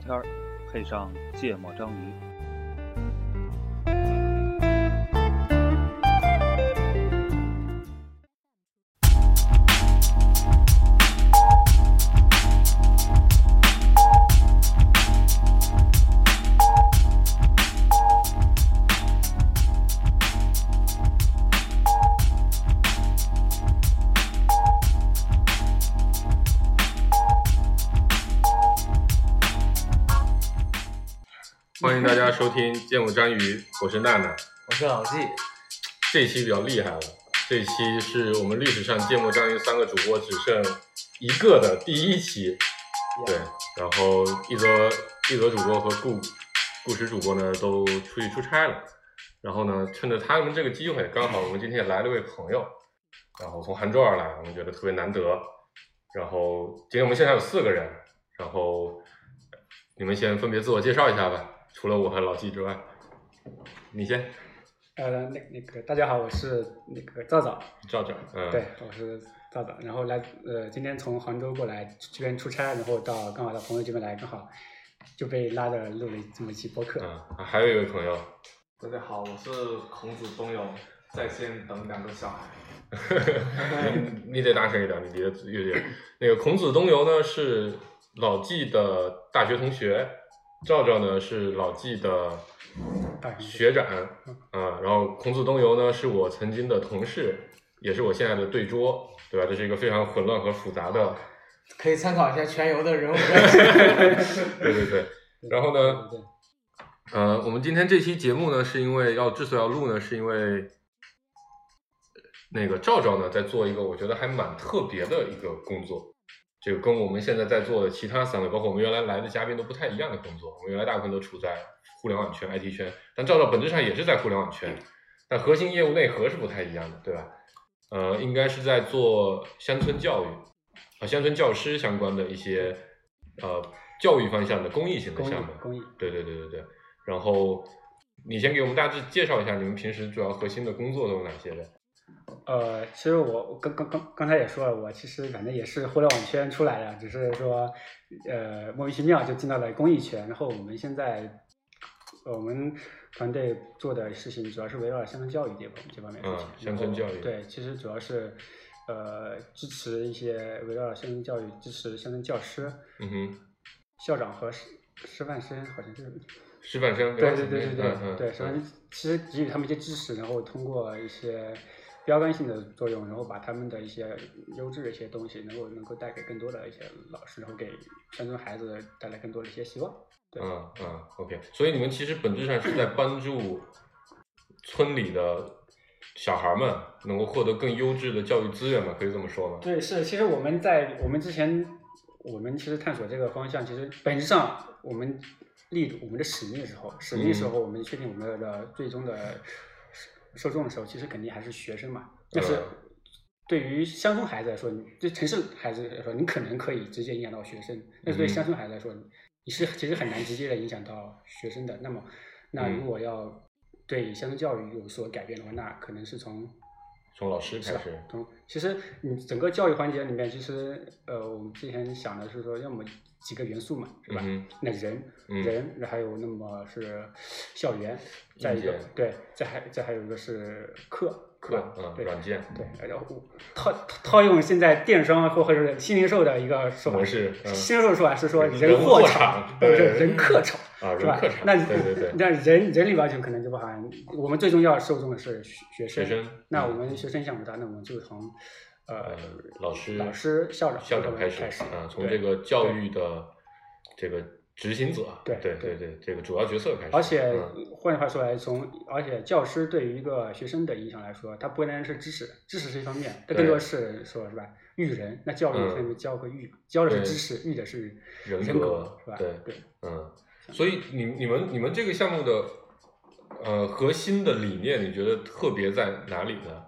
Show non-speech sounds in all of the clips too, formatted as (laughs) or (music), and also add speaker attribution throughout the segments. Speaker 1: 片儿，配上芥末章鱼。
Speaker 2: 欢迎大家收听《芥末章鱼》，我是娜娜。
Speaker 3: 我是老纪，
Speaker 2: 这一期比较厉害了，这一期是我们历史上《芥末章鱼》三个主播只剩一个的第一期。对，然后一则一则主播和顾顾石主播呢都出去出差了，然后呢趁着他们这个机会，刚好我们今天也来了位朋友，然后从杭州而来，我们觉得特别难得。然后今天我们现场有四个人，然后你们先分别自我介绍一下吧，除了我和老纪之外，你先，
Speaker 4: 呃，那那个大家好，我是那个赵赵，
Speaker 2: 赵赵，嗯，
Speaker 4: 对，，我是赵赵，然后来呃，今天从杭州过来这边出差，然后到刚好到朋友这边来，刚好就被拉着录了这么一期播客。
Speaker 2: 嗯，还有一位朋友，
Speaker 5: 大家好，我是孔子东友，在线等两个小孩。
Speaker 2: (laughs) 你你得大声一点，你别越越。那个孔子东游呢是老纪的大学同学，赵赵呢是老纪的
Speaker 4: 大学同学
Speaker 2: 学长啊，然后孔子东游呢是我曾经的同事，也是我现在的对桌，对吧？这是一个非常混乱和复杂的，
Speaker 3: 可以参考一下全游的
Speaker 2: (laughs)
Speaker 3: 人物关系。
Speaker 2: 对对对。然后呢
Speaker 4: 对？对
Speaker 2: 呃，我们今天这期节目呢，是因为要之所以要录呢，是因为呃那个赵赵呢在做一个我觉得还蛮特别的一个工作，这个跟我们现在在做的其他三位，包括我们原来来的嘉宾都不太一样的工作。我们原来大部分都处在互联网圈、IT 圈，但赵赵本质上也是在互联网圈，但核心业务内核是不太一样的，对吧？呃，应该是在做乡村教育啊、乡村教师相关的一些呃教育方向的公益型的
Speaker 4: 公益
Speaker 2: 项目。
Speaker 4: 公益，
Speaker 2: 对对对对对。然后你先给我们大致介绍一下你们平时主要核心的工作都有哪些呗？
Speaker 4: 呃，其实我我刚刚刚刚才也说了，我其实反正也是互联网圈出来的，只是说呃莫名其妙就进到了公益圈。然后我们现在呃我们团队做的事情主要是围绕乡村教育这方这方面的事情
Speaker 2: 嗯。乡村
Speaker 4: 然后
Speaker 2: 教育
Speaker 4: 对，其实主要是呃支持一些围绕乡村教育，支持乡村教师、
Speaker 2: 嗯哼，
Speaker 4: 校长和师师范生，好像是
Speaker 2: 师范生。没
Speaker 4: 对
Speaker 2: 关系
Speaker 4: 对对对
Speaker 2: 嗯
Speaker 4: 对
Speaker 2: 嗯嗯
Speaker 4: 对，首先其实给予他们一些支持，然后通过一些标杆性的作用，然后把他们的一些优质的一些东西，能够能够带给更多的一些老师，然后给山村孩子带来更多的一些希望。对
Speaker 2: 嗯嗯，OK。所以你们其实本质上是在帮助村里的小孩们能够获得更优质的教育资源嘛？可以这么说吗？
Speaker 4: 对，是，其实我们在我们之前，我们其实探索这个方向，其实本质上我们立我们的使命的时候，使命的时
Speaker 2: 嗯
Speaker 4: 候，我们确定我们的最终的受受众的时候，其实肯定还是学生嘛。但是
Speaker 2: 嗯
Speaker 4: 对于乡村孩子来说，你对城市孩子来说，你可能可以直接影响到学生，但是对
Speaker 2: 嗯
Speaker 4: 乡村孩子来说，你是其实很难直接的影响到学生的。那么，那
Speaker 2: 嗯
Speaker 4: 如果要对乡村教育有所改变的话，那可能是从
Speaker 2: 从老师
Speaker 4: 是啊
Speaker 2: 开
Speaker 4: 吧
Speaker 2: 始。？
Speaker 4: 从其实你整个教育环节里面，其实呃，我们之前想的是说，要么几个元素嘛，是
Speaker 2: 嗯
Speaker 4: 吧？
Speaker 2: 哼，
Speaker 4: 那人、
Speaker 2: 嗯
Speaker 4: 人，那还有那么是校园，再一
Speaker 2: 硬
Speaker 4: 个
Speaker 2: 件
Speaker 4: 对，再还再还有一个是课
Speaker 2: 课
Speaker 4: 吧
Speaker 2: 嗯，
Speaker 4: 对
Speaker 2: 软件
Speaker 4: 对，然后套套用现在电商或或者是新零售的一个说法
Speaker 2: 模，式。嗯
Speaker 4: 新零售说法是说
Speaker 2: 人
Speaker 4: 人
Speaker 2: 货
Speaker 4: 货
Speaker 2: 场
Speaker 4: 不是
Speaker 2: 对
Speaker 4: 人客场。
Speaker 2: 啊，人
Speaker 4: 是吧
Speaker 2: 课程。
Speaker 4: 那
Speaker 2: 对对
Speaker 4: (laughs)
Speaker 2: 对，
Speaker 4: 那人人里边就可能就包含我们最重要受众的是学
Speaker 2: 学生。嗯
Speaker 4: 那我们学生想不到，那我们就从呃
Speaker 2: 呃，老师、
Speaker 4: 老师、校长、
Speaker 2: 校长
Speaker 4: 开
Speaker 2: 开始啊，从
Speaker 4: 对
Speaker 2: 这个教育的这个执行者，
Speaker 4: 对
Speaker 2: 对
Speaker 4: 对
Speaker 2: 对，这个主要角色开始。
Speaker 4: 而且
Speaker 2: 嗯
Speaker 4: 换句话说来，从而且教师对于一个学生的影响来说，他不单单是知识，知识是一方面，他
Speaker 2: 对
Speaker 4: 更多是说是吧育人。那教育
Speaker 2: 嗯
Speaker 4: 上面教和育，教的
Speaker 2: 对
Speaker 4: 是知识，育的是
Speaker 2: 人
Speaker 4: 人
Speaker 2: 格
Speaker 4: 格，是吧？
Speaker 2: 对
Speaker 4: 对，
Speaker 2: 嗯，所以你你们你们这个项目的呃核心的理念，你觉得特别在哪里呢？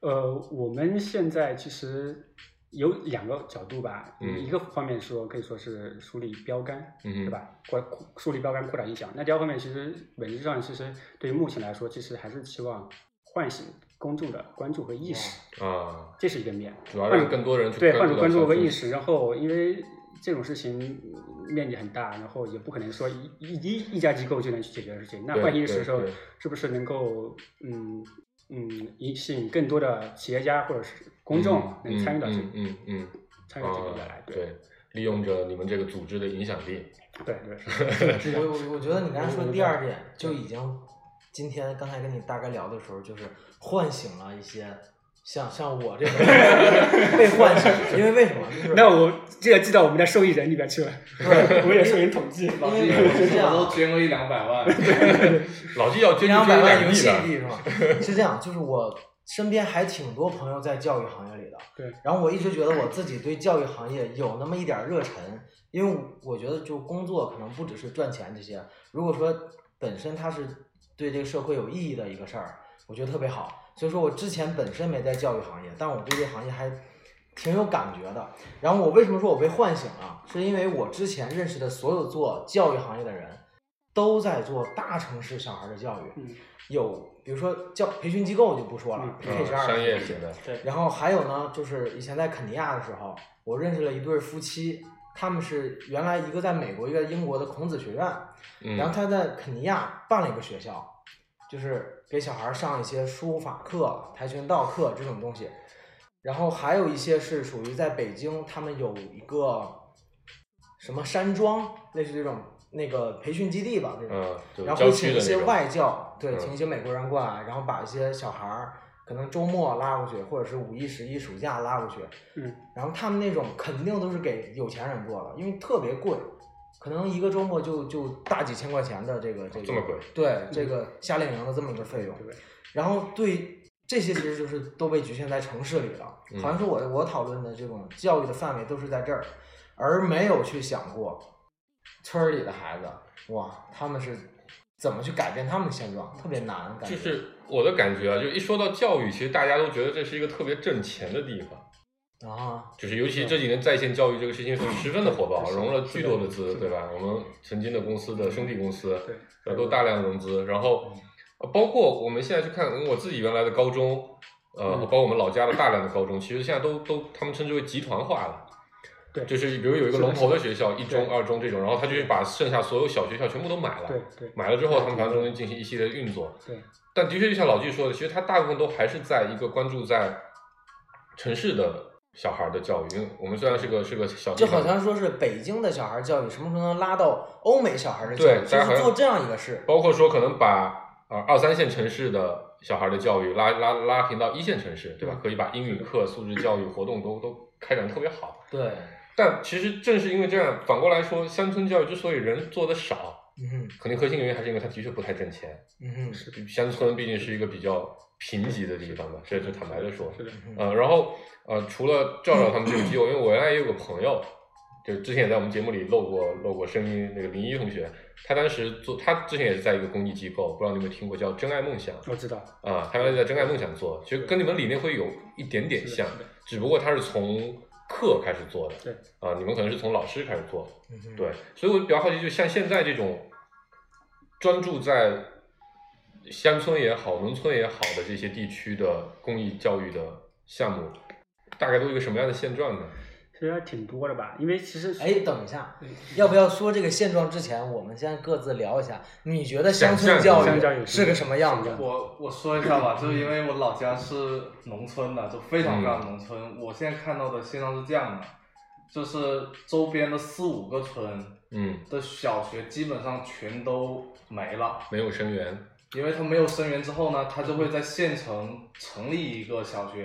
Speaker 4: 呃，我们现在其实有两个角度吧，
Speaker 2: 嗯
Speaker 4: 一个方面说可以说是树立标杆，
Speaker 2: 嗯哼
Speaker 4: 对吧？扩树立标杆，扩大影响。那第二方面，其实本质上其实对于目前来说，其实还是期望唤醒公众的关注和意识，
Speaker 2: 啊，
Speaker 4: 这是一个面。
Speaker 2: 主要
Speaker 4: 换
Speaker 2: 让
Speaker 4: 种
Speaker 2: 更多人去
Speaker 4: 对，换
Speaker 2: 注
Speaker 4: 种
Speaker 2: 到
Speaker 4: 关注
Speaker 2: 小
Speaker 4: 和
Speaker 2: 村
Speaker 4: 意识。然后，因为这种事情面积很大，然后也不可能说一一一一家机构就能去解决的事情。那
Speaker 2: 对
Speaker 4: 换意识的时候
Speaker 2: 对对，
Speaker 4: 是不是能够嗯嗯引吸引更多的企业家或者是公众能参与到这、
Speaker 2: 嗯嗯嗯
Speaker 4: 参
Speaker 2: 嗯
Speaker 4: 与到这个里
Speaker 2: 啊
Speaker 4: 边来？对
Speaker 2: 对，利用着你们这个组织的影响力，
Speaker 4: 对 (laughs)
Speaker 2: (laughs)
Speaker 4: 对，是是这
Speaker 6: 我
Speaker 4: 样
Speaker 6: 我我觉得你刚才说第二点就已经，今天刚才跟你大概聊的时候，就是唤醒了一些像像我这种
Speaker 4: (laughs)
Speaker 6: 被唤醒，因为为什么？就是
Speaker 4: 那我这个记到我们的受益人里边去了，
Speaker 2: (laughs)
Speaker 4: 我也受益人统计。
Speaker 5: 老
Speaker 6: 因
Speaker 5: 季，
Speaker 6: 为我是这样
Speaker 5: 我都捐过一两
Speaker 4: (laughs)
Speaker 5: 百万，
Speaker 2: 老纪要捐
Speaker 6: 两
Speaker 2: 出
Speaker 6: 百
Speaker 2: 两
Speaker 6: 万游
Speaker 2: 亿
Speaker 6: 戏
Speaker 2: 的，啊
Speaker 6: 币是吗？是这样，就是我身边还挺多朋友在教育行业里的，
Speaker 4: 对。
Speaker 6: 然后我一直觉得我自己对教育行业有那么一点儿热忱，因为我觉得就工作可能不只是赚钱这些，如果说本身它是对这个社会有意义的一个事儿，我觉得特别好。所以说我之前本身没在教育行业，但我对这行业还挺有感觉的。然后我为什么说我被唤醒了？是因为我之前认识的所有做教育行业的人，都在做大城市小孩的教育，
Speaker 4: 嗯
Speaker 6: 有比如说教培训机构就不说了
Speaker 4: 嗯
Speaker 6: ，P K 十
Speaker 2: 啊
Speaker 6: 二
Speaker 2: 商业型的，
Speaker 6: 然后还有呢，就是以前在肯尼亚的时候，我认识了一对夫妻，他们是原来一个在美国，一个在英国的孔子学院，
Speaker 2: 嗯
Speaker 6: 然后他在肯尼亚办了一个学校，就是给小孩儿上一些书法课、跆拳道课这种东西。然后还有一些是属于在北京，他们有一个什么山庄，类似这种那个培训基地吧，这种。
Speaker 2: 嗯，就
Speaker 6: 然后
Speaker 2: 郊
Speaker 6: 会
Speaker 2: 区
Speaker 6: 请一
Speaker 2: 的
Speaker 6: 些
Speaker 2: 那种，
Speaker 6: 外教，对，
Speaker 2: 嗯
Speaker 6: 请一些美国人过来，然后把一些小孩儿，可能周末拉过去，或者是五一、十一暑假拉过去，
Speaker 4: 嗯，
Speaker 6: 然后他们那种肯定都是给有钱人做的，因为特别贵，可能一个周末就就大几千块钱的这个这个，
Speaker 2: 这么贵
Speaker 6: 对，这个夏令营的这么一个费用，
Speaker 4: 对
Speaker 6: 然后对这些其实就是都被局限在城市里了，
Speaker 2: 嗯
Speaker 6: 好像是我我讨论的这种教育的范围都是在这儿，而没有去想过村儿里的孩子，哇，他们是怎么去改变他们的现状，特别难，感
Speaker 2: 就
Speaker 6: 觉
Speaker 2: 是我的感觉啊，就一说到教育，其实大家都觉得这是一个特别挣钱的地方，
Speaker 6: 啊，
Speaker 2: 就是尤其这几年在线教育这个事情十分的火爆，
Speaker 4: 嗯是的
Speaker 2: 融了巨多的
Speaker 4: 是
Speaker 2: 资，
Speaker 4: 的
Speaker 2: 对吧？我们曾经的公司的兄弟公司，
Speaker 4: 对嗯
Speaker 2: 呃，都大量融资，然后呃包括我们现在去看嗯我自己原来的高中，呃，
Speaker 4: 嗯
Speaker 2: 包括我们老家的大量的高中，其实现在都都他们称之为集团化了。
Speaker 4: 对
Speaker 2: 就是比如有一个
Speaker 4: 是的
Speaker 2: 龙头的学校，一中、
Speaker 4: 对
Speaker 2: 二中这种，然后他就去把剩下所有小学校全部都买了，
Speaker 4: 对对
Speaker 2: 买了之后，他们反正中间进行一系列的运作。
Speaker 4: 对，
Speaker 2: 但的确就像老季说的，其实他大部分都还是在一个关注在城市的小孩的教育，因为我们虽然是个是个小地
Speaker 6: 就
Speaker 2: 方
Speaker 6: 好像说是北京的小孩教育什么时候能拉到欧美小孩的教
Speaker 2: 对
Speaker 6: 育，
Speaker 2: 大
Speaker 6: 就
Speaker 2: 家好
Speaker 6: 是
Speaker 2: 像
Speaker 6: 做这样一个事，
Speaker 2: 包括说可能把呃二三线城市的小孩的教育拉拉拉平到一线城市，对
Speaker 6: 嗯
Speaker 2: 吧？可以把英语课、素质教育活动都都开展得特别好。
Speaker 6: 对，
Speaker 2: 但其实正是因为这样，反过来说，乡村教育之所以人做的少，
Speaker 6: 嗯哼，
Speaker 2: 肯定核心原因还是因为它的确不太挣钱。
Speaker 6: 嗯哼，
Speaker 2: 乡村毕竟是一个比较贫瘠的地方吧，这这坦白的说，
Speaker 4: 是的，
Speaker 6: 嗯哼
Speaker 2: 呃，然后呃，除了赵赵他们这个机构，因为我原来也有个朋友，就之前也在我们节目里露过露过声音，那个林一同学，他当时做，他之前也是在一个公益机构，不知道你有没有听过，叫真爱梦想啊、
Speaker 4: 我知道，
Speaker 2: 他原来在真爱梦想做，其实跟你们理念会有一点点
Speaker 4: 是的
Speaker 2: 像
Speaker 4: 是的，
Speaker 2: 只不过他是从课开始做的，
Speaker 4: 对
Speaker 2: 啊、你们可能是从老师开始做，
Speaker 6: 嗯哼，
Speaker 2: 对，所以我比较好奇，就像现在这种专注在乡村也好、农村也好的这些地区的公益教育的项目，大概都有一个什么样的现状呢？
Speaker 4: 其实还挺多的吧，因为其实
Speaker 6: 哎，等一下
Speaker 4: 嗯，
Speaker 6: 要不要说这个现状之前，我们先各自聊一下，你觉得乡村
Speaker 2: 想
Speaker 6: 教
Speaker 4: 象
Speaker 6: 育是个什么样
Speaker 4: 想
Speaker 6: 子？
Speaker 5: 我我说一下吧，就是因为我老家是农村的，就非
Speaker 2: 嗯
Speaker 5: 常非常农村。我现在看到的现状是这样的，就是周边的四五个村
Speaker 2: 嗯，
Speaker 5: 的小学基本上全都没了，
Speaker 2: 没有生源，
Speaker 5: 因为它没有生源之后呢，它就会在县城成立一个小学，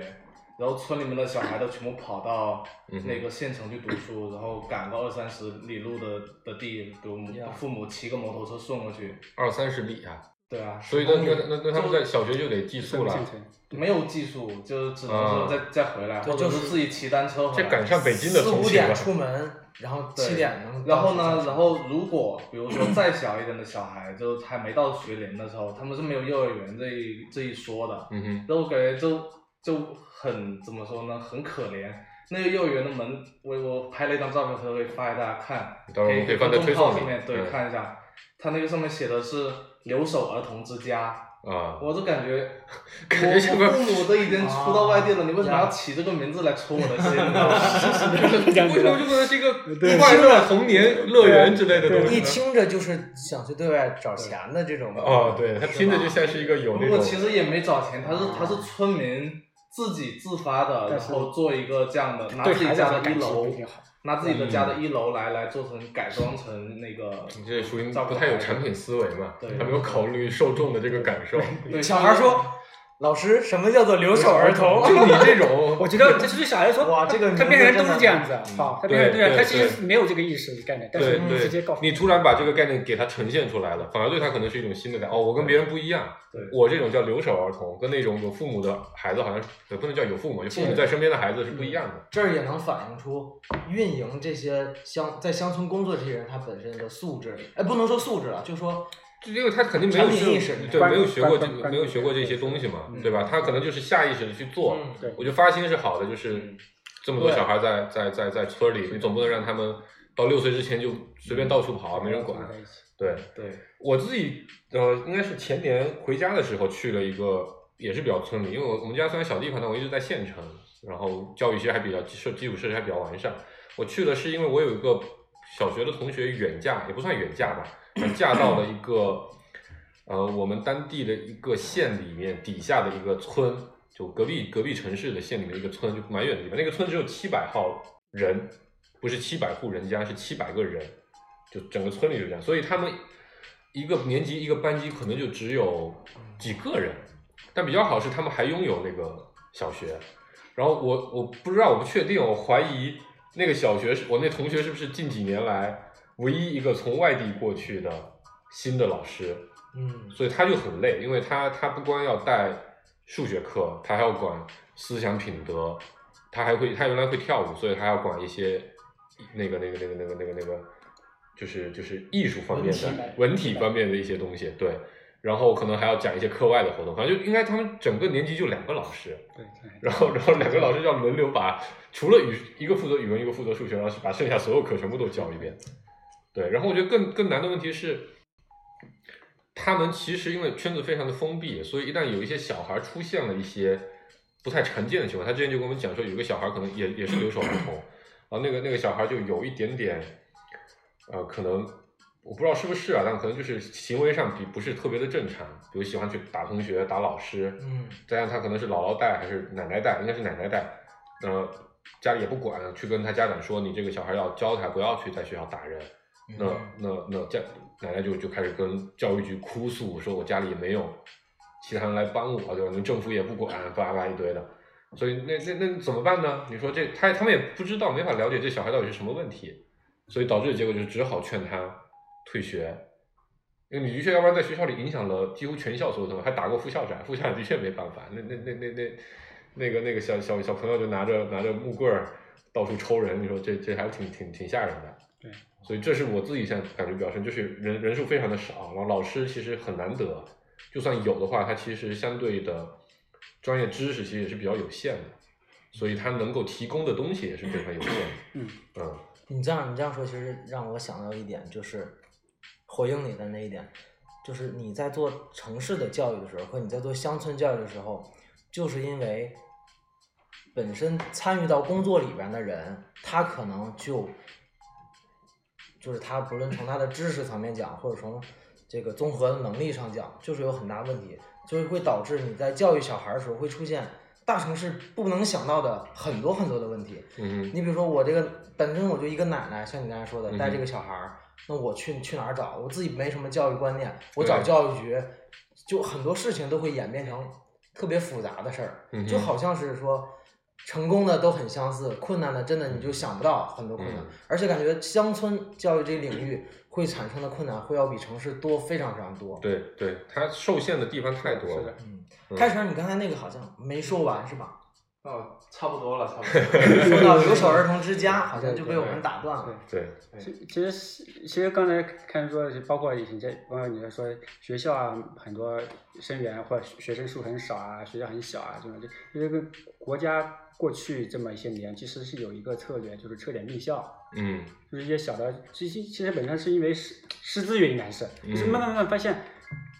Speaker 5: 然后村里面的小孩都全部跑到
Speaker 2: 嗯哼
Speaker 5: 那个县城去读书，然后赶个二三十里路的的地，比如
Speaker 6: Yeah
Speaker 5: 父母骑个摩托车送过去，
Speaker 2: 二三十里啊，
Speaker 5: 对啊，
Speaker 2: 所以那那那那他们在小学就得寄
Speaker 4: 分
Speaker 2: 宿
Speaker 4: 不
Speaker 2: 了
Speaker 4: 进，城，
Speaker 5: 没有技术，就是只能
Speaker 2: 啊
Speaker 5: 说再、再回来，
Speaker 6: 对
Speaker 5: 或者
Speaker 6: 就是
Speaker 5: 是自己骑单车回
Speaker 2: 这
Speaker 5: 来。
Speaker 2: 赶上北京的
Speaker 6: 四
Speaker 2: 同
Speaker 6: 五
Speaker 2: 学
Speaker 6: 点
Speaker 2: 了。
Speaker 6: 出门，然后
Speaker 5: 对
Speaker 6: 七点能到
Speaker 5: 然后
Speaker 6: 学
Speaker 5: 呢
Speaker 6: 校，
Speaker 5: 然后如果比如说再小一点的小孩，就是还没到学龄的时候，他们是没有幼儿园这一这一说的，
Speaker 2: 嗯哼，
Speaker 5: 然后我感觉就就很怎么说呢，很可怜。那个幼儿园的门，我我拍了一张照片，回头可以发给大家看，
Speaker 2: 到时候我们可以放在
Speaker 5: 公众号
Speaker 2: 推送里
Speaker 5: 上面对、
Speaker 2: 嗯
Speaker 5: 看一下，它那个上面写的是留守儿童之家， (laughs)
Speaker 2: 啊，
Speaker 5: 我就感觉，
Speaker 4: (laughs)
Speaker 2: 感
Speaker 5: 我
Speaker 2: 觉像个
Speaker 5: 我父母都已经出到外地了，
Speaker 4: 啊
Speaker 5: 你为什么要
Speaker 6: 呀
Speaker 5: 起这个名字来戳我的
Speaker 4: (laughs)
Speaker 5: 心 (laughs) 呢？
Speaker 4: 感
Speaker 2: 为
Speaker 4: 觉
Speaker 2: 什么
Speaker 4: 到
Speaker 2: 就不 (laughs) 能是一个
Speaker 4: 对
Speaker 2: 快乐童年乐园之类的东西
Speaker 6: 一
Speaker 2: 呢？
Speaker 6: 听着就是想去对外找钱的这种。
Speaker 2: 哦，对，他听着就像是一个有那
Speaker 5: 不过其
Speaker 2: 种
Speaker 5: 实也没找钱，他是他是村民自己自发的，
Speaker 4: 啊但
Speaker 5: 然
Speaker 4: 是
Speaker 5: 后做一个这样的，拿
Speaker 4: 对
Speaker 5: 自己
Speaker 4: 孩子
Speaker 5: 家
Speaker 4: 的
Speaker 5: 的一
Speaker 4: 感情
Speaker 5: 楼
Speaker 4: 不一，嗯定好。
Speaker 5: 拿自己的家的一楼来来做成改装成那个，
Speaker 2: 这属于不太有产品思维嘛，
Speaker 5: 对
Speaker 2: 他没有考虑受众的这个感受。
Speaker 5: 对
Speaker 6: 小孩说：“老师，什么叫做留守儿童
Speaker 2: 就你这种，
Speaker 4: (laughs) 我觉得这就是小孩说，
Speaker 6: 哇
Speaker 4: 他
Speaker 6: 这个
Speaker 4: 他
Speaker 6: 名
Speaker 4: 变
Speaker 6: 字
Speaker 4: 成人
Speaker 6: 真
Speaker 4: 都
Speaker 6: 的
Speaker 4: 是这样子，
Speaker 5: 嗯
Speaker 4: 好，他
Speaker 2: 对
Speaker 4: 变成人
Speaker 2: 对
Speaker 4: 他其实
Speaker 2: 对
Speaker 4: 没有这个意识概念，但是
Speaker 2: 对
Speaker 4: 你
Speaker 2: 对
Speaker 4: 直接告诉
Speaker 2: 你突然把这个概念给他呈现出来了，反而对他可能是一种新的感。哦，我跟别人不一样，
Speaker 5: 对
Speaker 2: 我这种叫留守儿童，跟那种有父母的孩子好像是，对，不能叫有父母，就父母
Speaker 6: 是
Speaker 2: 在身边的孩子是不一样的。？”
Speaker 6: 这儿也能反映出运营这些乡在乡村工作这些人他本身的素质，哎，不能说素质了，就说
Speaker 2: 就因为他肯定没有
Speaker 6: 产品意
Speaker 2: 学，
Speaker 6: 识
Speaker 2: 对，
Speaker 4: 观
Speaker 2: 没有学过这
Speaker 4: 观观
Speaker 2: 没有学过这些东西嘛，
Speaker 6: 嗯
Speaker 2: 对吧？他可能就是下意识的去做。
Speaker 6: 嗯
Speaker 4: 对
Speaker 2: 我觉得发心是好的，就是
Speaker 5: 嗯
Speaker 2: 这么多
Speaker 6: 对
Speaker 2: 小孩在在在在村里，你总不能让他们到六岁之前就随便到处跑，啊没人管。
Speaker 4: 在一起
Speaker 2: 对，
Speaker 5: 对，
Speaker 2: 我自己呃，应该是前年回家的时候去了一个，也是比较村里，因为我我们家虽然小地方，但我一直在县城，然后教育其实还比较基设基础设施还比较完善。我去了是因为我有一个小学的同学远嫁，也不算远嫁吧，嫁呃到了一个呃我们当地的一个县里面底下的一个村，就隔壁隔壁城市的县里面一个村，就蛮远的地方。那个村只有七百号人，不是七百户人家，是七百个人，就整个村里就这样。所以他们一个年级一个班级可能就只有几个人，但比较好是他们还拥有那个小学。然后我我不知道，我不确定，我怀疑那个小学是我那同学是不是近几年来唯一一个从外地过去的新的老师。
Speaker 6: 嗯，
Speaker 2: 所以他就很累，因为他他不光要带数学课，他还要管思想品德，他还会他原来会跳舞，所以他还要管一些那个那个那个那个那个那个，就是就是艺术方面的
Speaker 6: 文体
Speaker 2: 文体方面的一些东西，对。然后可能还要讲一些课外的活动，反正就应该他们整个年级就两个老师，
Speaker 4: 对，对
Speaker 2: 然后然后两个老师要轮流把除了语一个负责语文，一个负责数学，然后是把剩下所有课全部都教一遍。对，然后我觉得更更难的问题是，他们其实因为圈子非常的封闭，所以一旦有一些小孩出现了一些不太常见的情况，他之前就跟我们讲说，有一个小孩可能也也是留守儿童，然后那个那个小孩就有一点点，呃，可能我不知道是不是啊，但可能就是行为上比不是特别的正常，比如喜欢去打同学、打老师，
Speaker 6: 嗯，
Speaker 2: 再加上他可能是姥姥带还是奶奶带，应该是奶奶带，呃，家里也不管，去跟他家长说，你这个小孩要教他不要去在学校打人，那
Speaker 6: 嗯
Speaker 2: 那那家奶奶就就开始跟教育局哭诉，说我家里也没有其他人来帮我，对吧？你政府也不管，叭叭一堆的。所以那那那怎么办呢？你说这他他们也不知道，没法了解这小孩到底是什么问题，所以导致的结果就是只好劝他退学，因为你的确要不然在学校里影响了几乎全校所有同学，还打过副校长，副校长的确没办法，那那那那那那个那个小小小朋友就拿着拿着木棍儿到处抽人，你说这这还挺挺挺吓人的。
Speaker 4: 对，
Speaker 2: 所以这是我自己现在感觉比较深，就是人人数非常的少，然后老师其实很难得，就算有的话，他其实相对的专业知识其实也是比较有限的，所以他能够提供的东西也是非常有限的。
Speaker 4: 嗯
Speaker 2: 嗯
Speaker 6: 你这样你这样说，其实让我想到一点，就是回应你的那一点，就是你在做城市的教育的时候，和你在做乡村教育的时候，就是因为本身参与到工作里边的人，他可能就就是他不论从他的知识层面讲，或者从这个综合能力上讲，就是有很大问题，就是会导致你在教育小孩儿的时候会出现大城市不能想到的很多很多的问题。
Speaker 2: 嗯
Speaker 6: 你比如说我这个本身我就一个奶奶，像你刚才说
Speaker 2: 嗯哼
Speaker 6: 的，带这个小孩儿，那我去去哪儿找？我自己没什么教育观念，我
Speaker 2: 对
Speaker 6: 找教育局，就很多事情都会演变成特别复杂的事儿，
Speaker 2: 嗯哼
Speaker 6: 就好像是说。成功的都很相似，困难的真的你就想不到很多困难，
Speaker 2: 嗯
Speaker 6: 而且感觉乡村教育这领域会产生的困难会要比城市多非常非常多。
Speaker 2: 对对，他受限的地方太多
Speaker 4: 是
Speaker 2: 了
Speaker 4: 的。
Speaker 6: 嗯
Speaker 2: 嗯，
Speaker 6: 开始你刚才那个好像没说完
Speaker 2: (laughs)
Speaker 6: 是吧？
Speaker 5: 哦，差不多了，差不
Speaker 4: (laughs)
Speaker 5: 多了。
Speaker 6: 说到留守儿童之家，好像就被我们打断了。
Speaker 2: 对，
Speaker 4: 其其实是其实刚才看说，包括以前这包括你在说学校啊，很多生源或者学生数很少啊，学校很小啊，这种就因为跟国家过去这么一些年，其实是有一个策略，就是撤点立校。
Speaker 2: 嗯
Speaker 4: 就是一些小的，其实其实本身是因为师师资原因还是，就是
Speaker 2: 嗯
Speaker 4: 慢慢慢慢发现，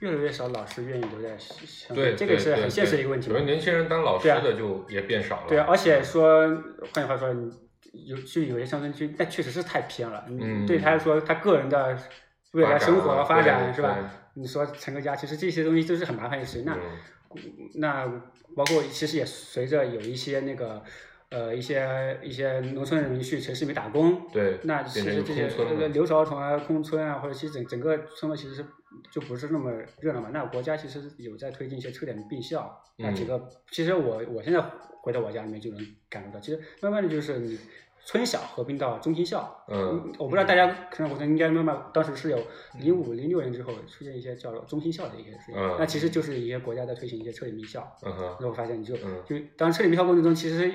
Speaker 4: 越来越少老师愿意留在乡
Speaker 2: 对，
Speaker 4: 这个是
Speaker 2: 对
Speaker 4: 很现实的一个问题
Speaker 2: 对对。
Speaker 4: 嘛
Speaker 2: 年轻人当老师
Speaker 4: 对啊
Speaker 2: 的就也变少了。嗯
Speaker 4: 对啊，而且说，换句话说，你有去有些乡村区，但确实是太偏了。
Speaker 2: 嗯
Speaker 4: 对他来说，他个人的未来
Speaker 2: 发展
Speaker 4: 生活
Speaker 2: 啊
Speaker 4: 发展
Speaker 2: 对
Speaker 4: 是吧？你说成个家，其实这些东西都是很麻烦的事情。那、
Speaker 2: 嗯
Speaker 4: 那包括其实也随着有一些那个呃一些一些农村人民去城市里面打工，
Speaker 2: 对，
Speaker 4: 那其
Speaker 2: 变成一
Speaker 4: 实
Speaker 2: 个
Speaker 4: 这些
Speaker 2: 空村了
Speaker 4: 留潮童啊、空村啊，或者其实整整个村落其实是就不是那么热闹嘛。那国家其实有在推进一些车点并校，那几
Speaker 2: 嗯
Speaker 4: 个、其实我我现在回到我家里面就能感受到，其实慢慢的就是你村小合并到中心校。
Speaker 2: 嗯，
Speaker 4: 我不知道大家可能我应该慢慢当时是有零五零六年之后出现一些叫做中心校的一些事情，
Speaker 2: 嗯
Speaker 4: 那其实就是一些国家在推行一些车点并校，
Speaker 2: 嗯哼，
Speaker 4: 然后发现你就、
Speaker 2: 嗯
Speaker 4: 就当车点并校过程中其实是